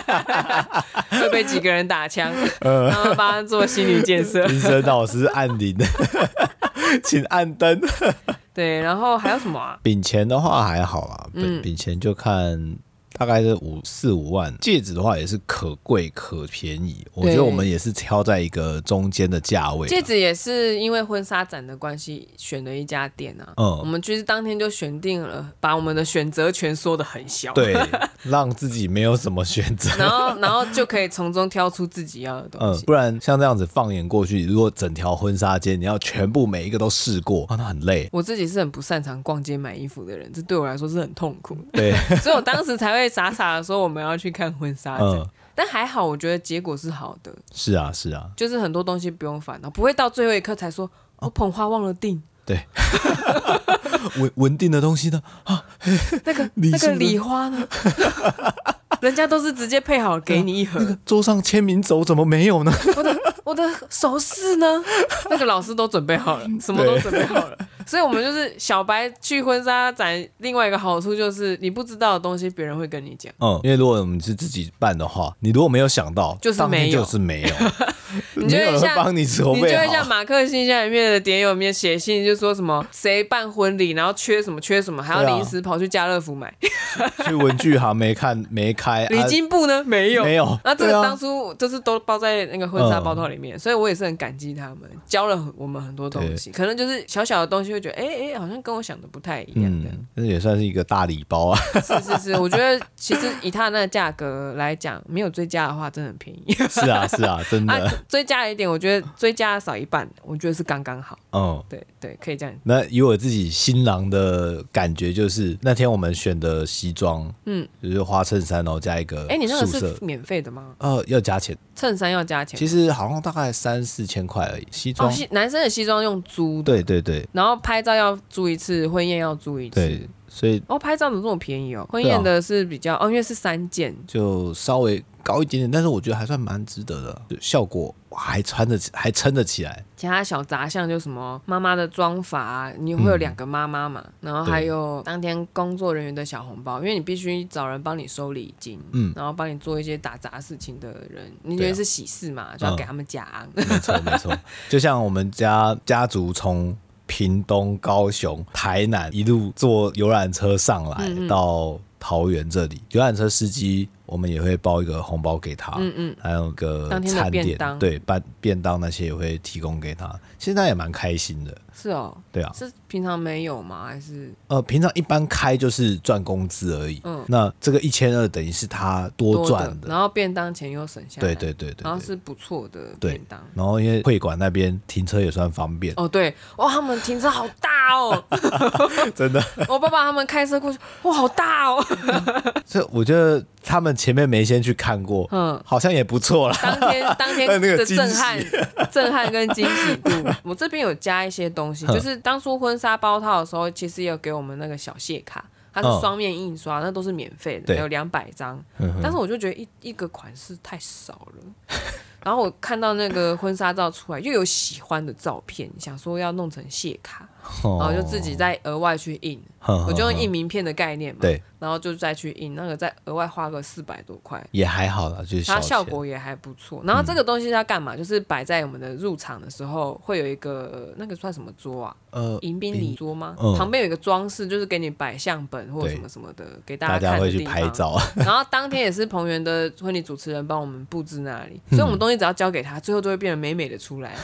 Speaker 1: 会被几个人打 枪，
Speaker 2: 呃
Speaker 1: 然后帮他做心理建设。
Speaker 2: 医生老师按铃，请按灯。
Speaker 1: 对，然后还有什么啊？
Speaker 2: 饼钱的话还好啦，
Speaker 1: 嗯
Speaker 2: 饼饼钱就看大概是五四五万。戒指的话也是可贵可便宜，我觉得我们也是挑在一个中间的价位啦。
Speaker 1: 戒指也是因为婚纱展的关系选了一家店啊。
Speaker 2: 嗯
Speaker 1: 我们就是当天就选定了，把我们的选择权缩的很小。。
Speaker 2: 对，让自己没有什么选择。
Speaker 1: 然后，然后就可以从中挑出自己要的东
Speaker 2: 嗯，
Speaker 1: 西。
Speaker 2: 不然像这样子放眼过去，如果整条婚纱街你要全部每一个都试过，啊那很累。
Speaker 1: 我自己是很不擅长逛街买衣服的人，这对我来说是很痛 苦的，
Speaker 2: 对，
Speaker 1: 所以我当时才会傻傻的说我们要去看婚纱展。
Speaker 2: 嗯，
Speaker 1: 但还好，我觉得结果是好的，
Speaker 2: 是啊，是啊，
Speaker 1: 就是很多东西不用烦恼，不会到最后一刻才
Speaker 2: 哦
Speaker 1: 说我捧花忘了 订，
Speaker 2: 对。文文定的东西呢？
Speaker 1: 那个
Speaker 2: 礼
Speaker 1: 那
Speaker 2: 是
Speaker 1: 个
Speaker 2: 不是
Speaker 1: 礼花呢？ 人家都是直接配好给你一盒，
Speaker 2: 桌上签名轴怎么没有呢？
Speaker 1: 我的我的首饰呢？那个老师都准备好 了，什么都
Speaker 2: 对
Speaker 1: 准备好了，所以我们就是小白去婚纱展，另外一个好处就是你不知道的东西，别人会跟你讲。
Speaker 2: 嗯，因为如果我们是自己办的话，你如果没有想到，
Speaker 1: 就是
Speaker 2: 当天
Speaker 1: 没有
Speaker 2: 就是没有，
Speaker 1: 你就
Speaker 2: 没有
Speaker 1: 会
Speaker 2: 人会
Speaker 1: 像
Speaker 2: 帮你筹
Speaker 1: 你就
Speaker 2: 备
Speaker 1: 会像
Speaker 2: 好。
Speaker 1: 马克信箱里面的点友里面写信，就说什么谁办婚礼，然后缺什么缺什么，还
Speaker 2: 对啊
Speaker 1: 要临时跑去家乐福买。
Speaker 2: 去文具行没看没开，
Speaker 1: 礼
Speaker 2: 啊
Speaker 1: 金布呢？没有，
Speaker 2: 没有
Speaker 1: 那这个
Speaker 2: 对啊嗯
Speaker 1: 当初就是都包在那个婚纱包套里面，所以我也是很感激他们，教了我们很多东西。可能就是小小的东西，会觉得哎哎、诶好像跟我想的不太一样的。
Speaker 2: 嗯，那也算是一个大礼包 啊。
Speaker 1: 是是是，我觉得其实以他那个价格来讲，没有追加的话，真的很便 宜。
Speaker 2: 是啊，是啊，真
Speaker 1: 啊
Speaker 2: 的，，
Speaker 1: 追加了一点，我觉得追加少一半，我觉得是刚刚好。
Speaker 2: 嗯。
Speaker 1: 对对，可以这样。
Speaker 2: 那以我自己新郎的感觉，就是那天我们选的西装，嗯
Speaker 1: 嗯，
Speaker 2: 就是花衬衫，然后加一个
Speaker 1: 哎、你那个
Speaker 2: 素
Speaker 1: 是
Speaker 2: 色，
Speaker 1: 免费的吗？
Speaker 2: 呃，要加钱，
Speaker 1: 衬衫要加钱吗？
Speaker 2: 其实好像大概三四千块而已。西
Speaker 1: 哦，
Speaker 2: 装，
Speaker 1: 西男生的西装用租的，
Speaker 2: 对对对
Speaker 1: 然后拍照要租一次，婚宴要租一次
Speaker 2: 对。，所以
Speaker 1: 哦，拍照怎么这么便宜哦？婚
Speaker 2: 对啊
Speaker 1: 宴的是比较，哦，因为是三件，
Speaker 2: 就稍微高一点点，但是我觉得还算蛮值得的，就效果还穿 得起，还撑得起来。
Speaker 1: 其他小杂项就什么妈妈的妆法、啊，你会有
Speaker 2: 嗯
Speaker 1: 两个妈妈嘛，然后还有当天工作人员的小红包，因为你必须找人帮你收礼金，
Speaker 2: 嗯
Speaker 1: 然后帮你做一些打杂事情的人，你觉
Speaker 2: 对啊嗯
Speaker 1: 得是喜事嘛，就要给他们加啊嗯昂。
Speaker 2: 没错，没错，就像我们家家族从屏东、高雄、台南一路坐游览车上来
Speaker 1: 嗯
Speaker 2: 到桃园这里，游览车司机我们也会包一个红包给他，
Speaker 1: 嗯 嗯，
Speaker 2: 还有个
Speaker 1: 当天的
Speaker 2: 餐
Speaker 1: 便
Speaker 2: 点，
Speaker 1: 当
Speaker 2: 对，办便当那些也会提供给他。其实他也蛮开心的，
Speaker 1: 是哦，
Speaker 2: 对啊，
Speaker 1: 是平常没有吗？还是
Speaker 2: 呃，平常一般开就是赚工资而已，
Speaker 1: 嗯
Speaker 2: 那这个一千二等于是他多赚
Speaker 1: 的？
Speaker 2: 的，
Speaker 1: 然后便当钱又省下来，
Speaker 2: 对对对对
Speaker 1: 然后
Speaker 2: 对。
Speaker 1: 是不错的
Speaker 2: 对
Speaker 1: 便当。
Speaker 2: 然后因为会馆那边停车也算方便，
Speaker 1: 哦，对，哇，他们停车好大 哦！
Speaker 2: 真的。
Speaker 1: 我爸爸他们开车过去，哇，好大哦！
Speaker 2: 所以我觉得他们前面没先去看过，
Speaker 1: 嗯，
Speaker 2: 好像也不错啦。
Speaker 1: 当 天当天
Speaker 2: 那那个
Speaker 1: 的
Speaker 2: 惊喜
Speaker 1: 震撼、 震撼跟惊喜度，我这边有加一些东西，
Speaker 2: 嗯
Speaker 1: 就是当初婚纱包套的时候，其实也有给我们那个小蟹卡。它是
Speaker 2: 嗯
Speaker 1: 双面印刷，那都是免费的，
Speaker 2: 对
Speaker 1: 有两百张。
Speaker 2: 嗯哼
Speaker 1: 但是我就觉得一一个款式太少了。 然后我看到那个婚纱照出来，又有喜欢的照片，想说要弄成蟹卡，
Speaker 2: 哦
Speaker 1: 然后就自己再额外去印，
Speaker 2: 哼哼
Speaker 1: 我就用
Speaker 2: 哼
Speaker 1: 印名片的概念嘛，
Speaker 2: 对，
Speaker 1: 然后就再去印那个，再额外花个四百多块，
Speaker 2: 也还好啦，就是
Speaker 1: 它
Speaker 2: 小
Speaker 1: 效
Speaker 2: 钱
Speaker 1: 果也还不错。然后
Speaker 2: 嗯
Speaker 1: 这个东西它干嘛？就是摆在我们的入场的时候，会有一个呃那个算什么桌啊？
Speaker 2: 呃
Speaker 1: 迎宾礼桌吗？
Speaker 2: 嗯
Speaker 1: 旁边有一个装饰，就是给你摆相本或
Speaker 2: 对
Speaker 1: 什么什么的，给大
Speaker 2: 大
Speaker 1: 家
Speaker 2: 家
Speaker 1: 看的
Speaker 2: 会
Speaker 1: 地
Speaker 2: 去
Speaker 1: 方。
Speaker 2: 拍照，
Speaker 1: 然后当天也是彭源的婚礼主持人帮我们布置那里，所以我
Speaker 2: 嗯
Speaker 1: 们东西只要交给他，最后都会变得美美的出来。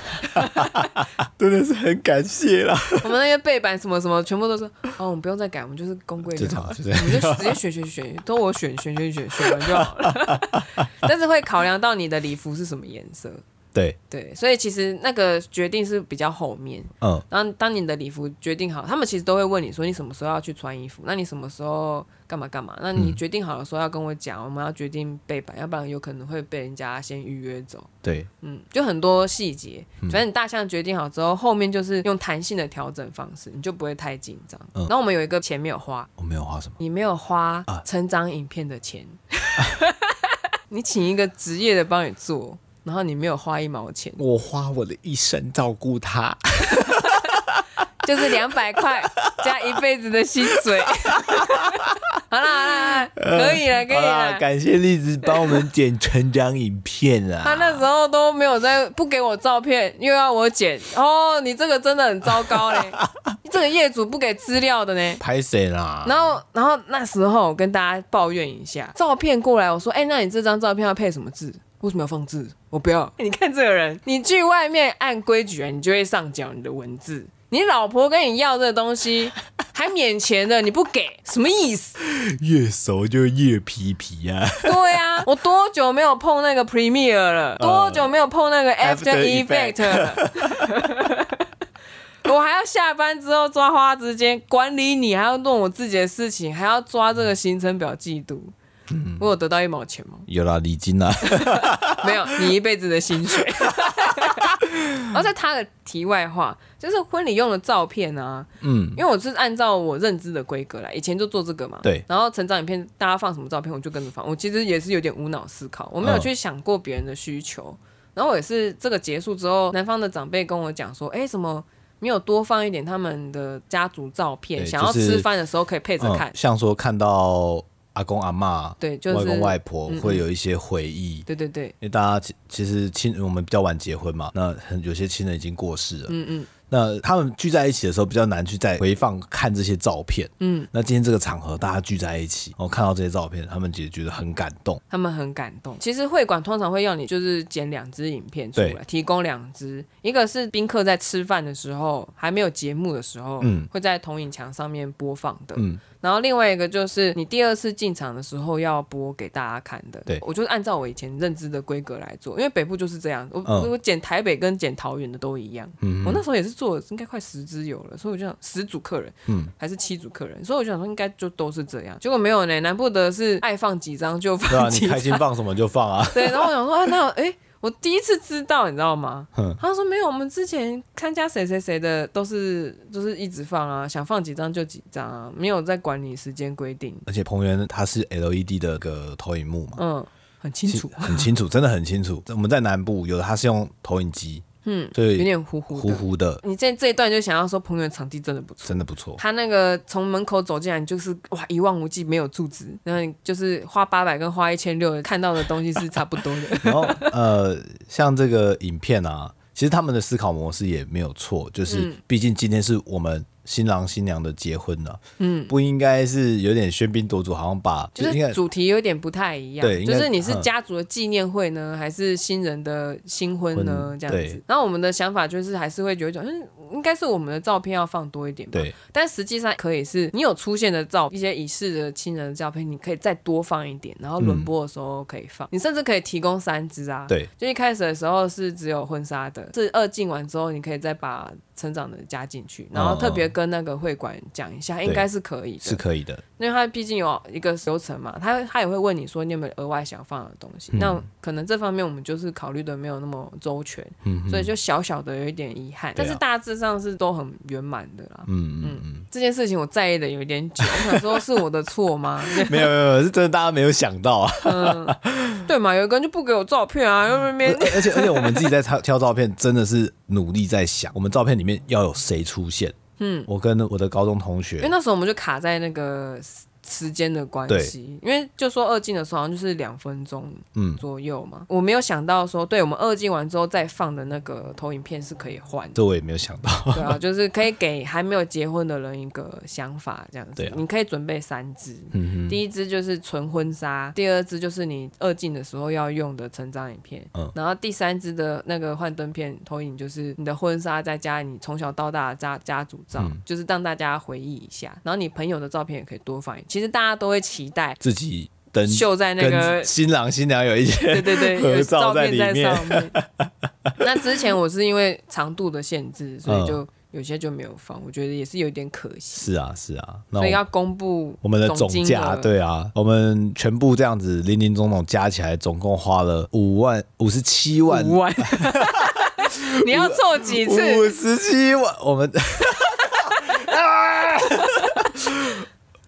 Speaker 2: 真的是很感谢啦。
Speaker 1: 我们那些背板什么什么，全部都是哦，我们不用再改，我们就是公规
Speaker 2: 就
Speaker 1: 就
Speaker 2: 这样
Speaker 1: 好了，
Speaker 2: 啊就这样
Speaker 1: 我们就直接选选选，都我选选选选选完就好了。 但是会考量到你的礼服是什么颜色，
Speaker 2: 对，
Speaker 1: 对，所以其实那个决定是比较后面。
Speaker 2: 嗯，
Speaker 1: 然后当你的礼服决定好，他们其实都会问你说你什么时候要去穿衣服，那你什么时候干嘛干嘛？那
Speaker 2: 嗯
Speaker 1: 你决定好的时候要跟我讲，我们要决定背板，要不然有可能会被人家先预约走。
Speaker 2: 对，
Speaker 1: 嗯，就很多细节，
Speaker 2: 嗯
Speaker 1: 反正你大项决定好之后，后面就是用弹性的调整方式，你就不会太紧张。
Speaker 2: 嗯
Speaker 1: 然后我们有一个钱没有花，
Speaker 2: 我没有花什么，
Speaker 1: 你没有花
Speaker 2: 啊
Speaker 1: 成长影片的钱， 你请一个职业的帮你做，然后你没有花一毛钱，
Speaker 2: 我花我的一生照顾他。
Speaker 1: 就是两百块加一辈子的薪水。 好啦好啦，可以了可以
Speaker 2: 呃好啦，
Speaker 1: 了。
Speaker 2: 感谢栗子帮我们剪成长影片
Speaker 1: 他
Speaker 2: 啊。
Speaker 1: 那时候都没有在不给我照片，又要我剪。哦，你这个真的很糟糕嘞！ 你这个业主不给资料的呢。
Speaker 2: 拍谁啦？
Speaker 1: 然后，然后那时候我跟大家抱怨一下，照片过来，我说：“哎、那你这张照片要配什么字？为什么要放字？我不要。 你看这个人，你去外面按规矩啊，你就会上缴你的文字。你老婆跟你要这东西，还免钱的，你不给，什么意思？
Speaker 2: 越熟就越皮 皮啊。
Speaker 1: 对啊，我多久没有碰那个 Premiere 了？多久没有碰那个 After
Speaker 2: After
Speaker 1: Effect 了？ 我还要下班之后抓花时间管理你，还要弄我自己的事情，还要抓这个行程表嫉妒。我有得到一毛钱吗？
Speaker 2: 有啦，礼金 啊啦。
Speaker 1: 没有，你一辈子的薪 水。然后在他的题外话，就是婚礼用的照片啊，
Speaker 2: 嗯，
Speaker 1: 因为我是按照我认知的规格来，以前就做这个嘛。
Speaker 2: 对
Speaker 1: 然后成长影片，大家放什么照片，我就跟着放。我其实也是有点无脑思考，我没有
Speaker 2: 嗯
Speaker 1: 去想过别人的需求。然后我也是这个结束之后，男方的长辈跟我讲说：“哎，怎么没有多放一点他们的家族照片？
Speaker 2: 对
Speaker 1: 想要
Speaker 2: 就是
Speaker 1: 吃饭的时候可以配着看
Speaker 2: 嗯。像说看到阿公阿嬷、
Speaker 1: 对就是
Speaker 2: 外公外婆
Speaker 1: 嗯嗯
Speaker 2: 会有一些回忆。
Speaker 1: 对对对，
Speaker 2: 因为大家其其实亲我们比较晚结婚嘛，那很有些亲人已经过世了，
Speaker 1: 嗯嗯
Speaker 2: 那他们聚在一起的时候比较难去再回放看这些照片。
Speaker 1: 嗯，
Speaker 2: 那今天这个场合大家聚在一起，哦，看到这些照片，他们也觉得很感动。
Speaker 1: 他们很感动。其实会馆通常会要你就是剪两支影片出来
Speaker 2: 对，
Speaker 1: 提供两支，一个是宾客在吃饭的时候，还没有节目的时候，
Speaker 2: 嗯
Speaker 1: 会在投影墙上面播放的。
Speaker 2: 嗯，
Speaker 1: 然后另外一个就是你第二次进场的时候要播给大家看的。
Speaker 2: 对
Speaker 1: 我就是按照我以前认知的规格来做，因为北部就是这样，我、
Speaker 2: 嗯
Speaker 1: 我剪台北跟剪桃园的都一样。我哦那时候也是做了应该快十支有了，所以我就想十组客人，
Speaker 2: 嗯
Speaker 1: 还是七组客人，所以我就想说应该就都是这样。结果没有呢，南部的是爱放几张就
Speaker 2: 对啊，
Speaker 1: 放
Speaker 2: 你
Speaker 1: 几张
Speaker 2: 开，心放什么就放啊。
Speaker 1: 对，然后我想说，啊、那哎、诶我第一次知道，你知道吗
Speaker 2: 嗯？
Speaker 1: 他说没有，我们之前参加谁谁谁的都是就是一直放啊，想放几张就几张啊，没有在管理时间规定。
Speaker 2: 而且彭源它是 LED 的个投影幕嘛，
Speaker 1: 嗯，很清楚，
Speaker 2: 很清楚，真的很清楚。我们在南部有的它是用投影机，
Speaker 1: 嗯，
Speaker 2: 所
Speaker 1: 有
Speaker 2: 以
Speaker 1: 点糊糊的。
Speaker 2: 糊糊的，
Speaker 1: 你这这一段就想要说，彭源场地真的不错。
Speaker 2: 真的不错。
Speaker 1: 他那个从门口走进来，你就是哇一望无际，没有柱子，然后你就是花八百跟花一千六看到的东西是差不 多的。
Speaker 2: 然后呃，像这个影片啊，其实他们的思考模式也没有错，就是
Speaker 1: 嗯
Speaker 2: 毕竟今天是我们新郎新娘的结婚了、
Speaker 1: 嗯，
Speaker 2: 不应该是有点喧宾夺主，好像把
Speaker 1: 就
Speaker 2: 应该
Speaker 1: 是主题有点不太一样，
Speaker 2: 对应
Speaker 1: 就
Speaker 2: 该嗯
Speaker 1: 是你是家族的纪念会呢，还是新人的新婚呢？
Speaker 2: 婚
Speaker 1: 这样子
Speaker 2: 对。
Speaker 1: 然后我们的想法就是还是会有一种，嗯，应该是我们的照片要放多一点吧。
Speaker 2: 对
Speaker 1: 但实际上可以是你有出现的照，一些已逝的亲人的照片，你可以再多放一点，然后
Speaker 2: 嗯
Speaker 1: 轮播的时候可以放，你甚至可以提供三支啊。，
Speaker 2: 对
Speaker 1: 就一开始的时候是只有婚纱的，是二进完之后，你可以再把成长的加进去，然后特别跟那个会馆讲一下，应该是可以
Speaker 2: 哦是
Speaker 1: 的，
Speaker 2: 可以的。
Speaker 1: 因为他毕竟有一个流程嘛，他他也会问你说你有没有额外想放的东
Speaker 2: 嗯
Speaker 1: 西，那可能这方面我们就是考虑的没有那么周全，
Speaker 2: 嗯哼
Speaker 1: 所以就小小的有一点遗憾，
Speaker 2: 对啊
Speaker 1: 但是大致上是都很圆满的啦。
Speaker 2: 嗯嗯嗯，
Speaker 1: 这件事情我在意的有点久，我想说是我的错吗？
Speaker 2: 没有没有，没有是真的，大家没有想到啊。
Speaker 1: 对嘛，有一个人就不给我照片啊，又在那边
Speaker 2: 而而且而且我们自己在挑挑照片，真的是努力在想，我们照片里面要有谁出现，嗯，我跟我的高中同
Speaker 1: 因为
Speaker 2: 学，
Speaker 1: 那时候我们就卡在那个时时间的关系，因为就说二进的时候好像就是两分钟
Speaker 2: 嗯，
Speaker 1: 左右嘛，我没有想到说，对我们二进完之后再放的那个投影片是可以换 的，
Speaker 2: 这我也没有想到。
Speaker 1: 对啊，就是可以给还没有结婚的人一个想法这样子，
Speaker 2: 对啊
Speaker 1: 你可以准备三支。
Speaker 2: 嗯哼，
Speaker 1: 第一支就是纯婚纱，第二支就是你二进的时候要用的成长影片，
Speaker 2: 嗯
Speaker 1: 然后第三支的那个幻灯片投影就是你的婚纱再加你从小到大的家家族照，
Speaker 2: 嗯
Speaker 1: 就是让大家回忆一下，然后你朋友的照片也可以多放一，其实大家都会期待
Speaker 2: 自己登
Speaker 1: 秀在那个
Speaker 2: 跟新郎新娘有一
Speaker 1: 对
Speaker 2: 些，
Speaker 1: 对对，
Speaker 2: 合
Speaker 1: 有
Speaker 2: 照在
Speaker 1: 片
Speaker 2: 里
Speaker 1: 在
Speaker 2: 面
Speaker 1: 上 面。那之前我是因为长度的限制，
Speaker 2: 嗯
Speaker 1: 所以就有些就没有放，我觉得也是有点可惜。
Speaker 2: 是啊是啊，那
Speaker 1: 所以
Speaker 2: 我
Speaker 1: 要公布
Speaker 2: 我们的总
Speaker 1: 总金
Speaker 2: 价，
Speaker 1: 额，
Speaker 2: 对啊，我们全部这样子零零总总加起来，总共花了五万五十七万
Speaker 1: 五万， 你要凑几次？
Speaker 2: 五十七万，我们啊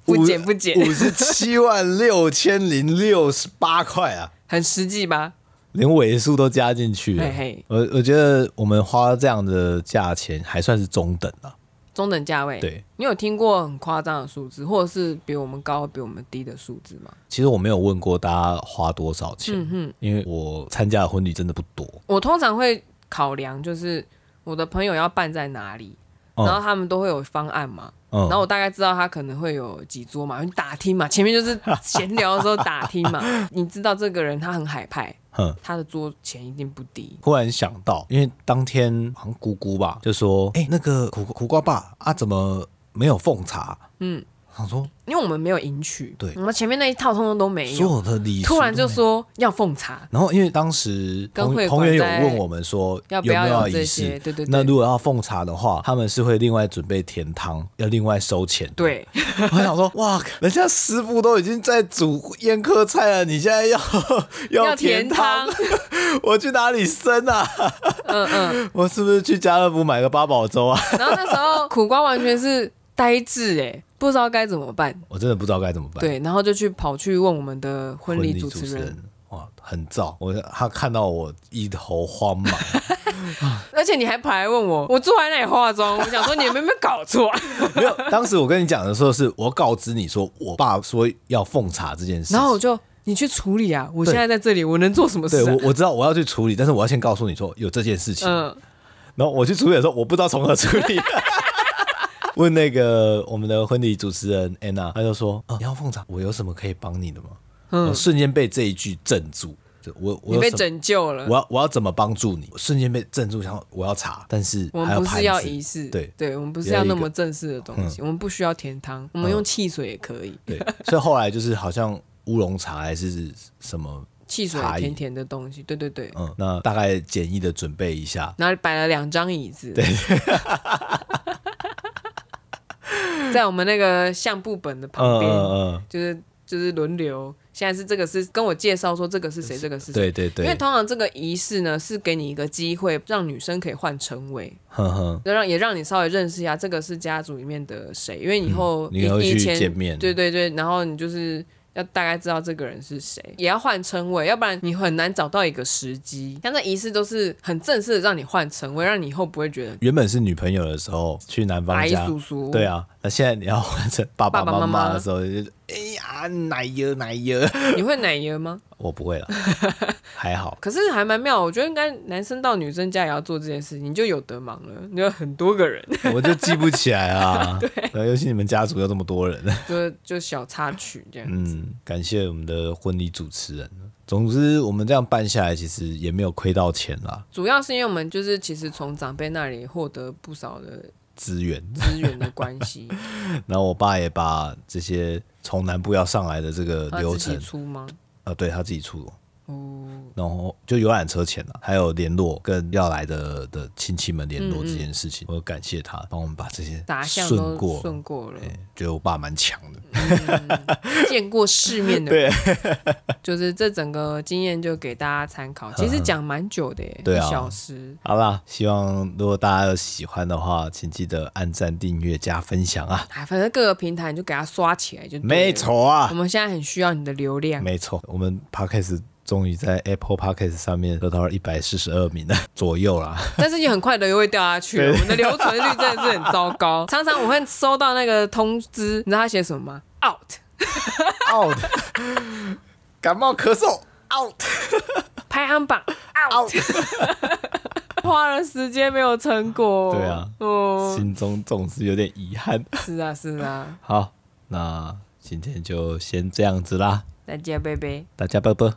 Speaker 1: 不减不减
Speaker 2: 五十七万六千零六十八块啊，
Speaker 1: 很实际吧？
Speaker 2: 连尾数都加进去了
Speaker 1: 嘿嘿。
Speaker 2: 我我觉得我们花这样的价钱还算是中等啊。
Speaker 1: 中等价位。
Speaker 2: 对，
Speaker 1: 你有听过很夸张的数字，或者是比我们高、比我们低的数字吗？
Speaker 2: 其实我没有问过大家花多少钱，
Speaker 1: 嗯
Speaker 2: 因为我参加的婚礼真的不多。
Speaker 1: 我通常会考量，就是我的朋友要办在哪里，
Speaker 2: 嗯
Speaker 1: 然后他们都会有方案嘛。
Speaker 2: 嗯，
Speaker 1: 然后我大概知道他可能会有几桌嘛，你打听嘛，前面就是闲聊的时候打听 嘛，你知道这个人他很海派，
Speaker 2: 哼
Speaker 1: 他的桌钱一定不低。
Speaker 2: 忽然想到，因为当天好像姑姑吧，就说：“哎、那个苦苦瓜爸啊，怎么没有奉茶？”
Speaker 1: 嗯，
Speaker 2: 想说
Speaker 1: 因为我们没有迎娶，
Speaker 2: 对
Speaker 1: 我们前面那一套通通都没
Speaker 2: 所
Speaker 1: 有，
Speaker 2: 有的礼
Speaker 1: 突然就
Speaker 2: 说。
Speaker 1: 说要奉茶，
Speaker 2: 然后因为当时
Speaker 1: 跟
Speaker 2: 同
Speaker 1: 会馆
Speaker 2: 同学有
Speaker 1: 在
Speaker 2: 问我们说
Speaker 1: 要不
Speaker 2: 有没
Speaker 1: 要
Speaker 2: 有
Speaker 1: 有
Speaker 2: 仪
Speaker 1: 这
Speaker 2: 式
Speaker 1: 些，对对对
Speaker 2: 那如果要奉茶的话，他们是会另外准备甜汤，要另外收钱。，
Speaker 1: 对，
Speaker 2: 我想说，哇，人家师傅都已经在煮宴客菜了，你现 在 要
Speaker 1: 要甜
Speaker 2: 甜
Speaker 1: 汤，
Speaker 2: 我去哪里生啊？
Speaker 1: 嗯嗯。
Speaker 2: 我是不是去家乐福买个八宝粥啊？
Speaker 1: 然后那时候苦瓜完全是呆滞哎、不知道该怎么办，
Speaker 2: 我真的不知道该怎么办。，
Speaker 1: 对，然后就去跑去问我们的婚
Speaker 2: 婚
Speaker 1: 礼
Speaker 2: 礼
Speaker 1: 主
Speaker 2: 主
Speaker 1: 持
Speaker 2: 持
Speaker 1: 人，
Speaker 2: 人。哇，很燥！我他看到我一头慌忙，
Speaker 1: 而且你还跑来问我，我坐在那里化妆，我想说你们有没有搞错 啊？
Speaker 2: 没有。当时我跟你讲的时候，是我告知你说我爸说要奉茶这件事情，
Speaker 1: 然后我就你去处理啊，我
Speaker 2: 对
Speaker 1: 现在在这里，我能做什么
Speaker 2: 对
Speaker 1: 事、啊？
Speaker 2: 我我知道我要去处理，但是我要先告诉你说有这件事情。
Speaker 1: 嗯，
Speaker 2: 然后我去处理的时候，我不知道从何处理。 问那个我们的婚礼主持人 Anna，她就说：“啊，你要奉茶，我有什么可以帮你的吗？”
Speaker 1: 嗯
Speaker 2: 我瞬间被这一句镇住，就我我
Speaker 1: 你
Speaker 2: 有
Speaker 1: 被
Speaker 2: 什么
Speaker 1: 拯救了
Speaker 2: 我。要我要怎么帮助你？我瞬间被镇住，然后我要查，但是
Speaker 1: 我
Speaker 2: 还
Speaker 1: 们不
Speaker 2: 盘
Speaker 1: 是要
Speaker 2: 子
Speaker 1: 仪式，
Speaker 2: 对
Speaker 1: 对，我们不是
Speaker 2: 也有
Speaker 1: 要
Speaker 2: 一
Speaker 1: 那
Speaker 2: 个嗯
Speaker 1: 么正式的东西，我们不需要甜汤，我们用汽水也可以，
Speaker 2: 对，所以后来就是好像乌龙茶还是什么，
Speaker 1: 汽水
Speaker 2: 茶饮
Speaker 1: 甜甜的东西，对对对。
Speaker 2: 嗯，那大概简易的准备一下，
Speaker 1: 然后摆了两张椅子， 在我们那个相簿本的旁
Speaker 2: 嗯
Speaker 1: 边，
Speaker 2: 嗯嗯，
Speaker 1: 就是就是轮流。现在是这个是跟我介绍说这个是谁，这个是谁，
Speaker 2: 对对
Speaker 1: 因为
Speaker 2: 对，
Speaker 1: 通常这个仪式呢是给你一个机会，让女生可以换称谓，
Speaker 2: 哼哼，
Speaker 1: 就让也让你稍微认识一下这个是家族里面的谁，因为以后
Speaker 2: 嗯你要
Speaker 1: 以
Speaker 2: 去
Speaker 1: 以前
Speaker 2: 见面
Speaker 1: 对对对，然后你就是要大概知道这个人是谁，也要换称谓，要不然你很难找到一个时机。像这仪式都是很正式的让你换称谓，让你以后不会觉得
Speaker 2: 原本是女朋友的时候去男
Speaker 1: 阿
Speaker 2: 方
Speaker 1: 姨
Speaker 2: 家，
Speaker 1: 叔叔，
Speaker 2: 对啊，那现在你要换成爸爸
Speaker 1: 爸爸妈
Speaker 2: 妈妈
Speaker 1: 妈
Speaker 2: 的时候，就是哎呀奶油奶油，
Speaker 1: 你会奶爷吗？
Speaker 2: 我 不会了，还好，
Speaker 1: 可是还蛮妙，我觉得应该男生到女生家也要做这件事，你就有得忙了，你有很多个人，
Speaker 2: 我就记不起来啊，对，尤其你们家族有这么多人。
Speaker 1: 就就小插曲这样。
Speaker 2: 嗯，感谢我们的婚礼主持人。总之，我们这样办下来，其实也没有亏到钱啦，
Speaker 1: 主要是因为我们就是其实从长辈那里获得不少的
Speaker 2: 资源。
Speaker 1: 资源的关系，
Speaker 2: 然后我爸也把这些从南部要上来的这个
Speaker 1: 他哦
Speaker 2: 流
Speaker 1: 自己
Speaker 2: 程，
Speaker 1: 出吗？
Speaker 2: 呃，对他自己出，
Speaker 1: 哦，
Speaker 2: 然后就游览车钱了，还有联络跟要来的的亲戚们联络这件事情，我感谢他帮我们把这些
Speaker 1: 嗯杂项
Speaker 2: 顺
Speaker 1: 都
Speaker 2: 过。
Speaker 1: 顺过了，
Speaker 2: 哎觉得我爸蛮强的，
Speaker 1: 见过世面的人， 就是这整个经验就给大家参考。其实讲蛮久的耶，
Speaker 2: 对啊
Speaker 1: 一小时。
Speaker 2: 好啦，希望如果大家有喜欢的话，请记得按赞、订阅、加分享啊！
Speaker 1: 哎，反正各个平台你就给它刷起来就对了
Speaker 2: 没。错啊
Speaker 1: 我，们现在很需要你的流量，
Speaker 2: 没错，我们 podcast 终于在 Apple Podcast 上面得到了一百四十二名的左右啦。
Speaker 1: 但是你很快的又会掉下去了，我们的留存率真的是很糟糕。常常我会收到那个通知，你知道他写什么吗？out，
Speaker 2: out，感冒咳嗽 out
Speaker 1: 排行榜
Speaker 2: out，
Speaker 1: 花了时间没有成果。
Speaker 2: 对啊
Speaker 1: 哦，
Speaker 2: 心中总是有点遗憾。
Speaker 1: 是啊，是啊，
Speaker 2: 好，那今天就先这样子啦，
Speaker 1: 再见，贝贝。
Speaker 2: 大家拜拜。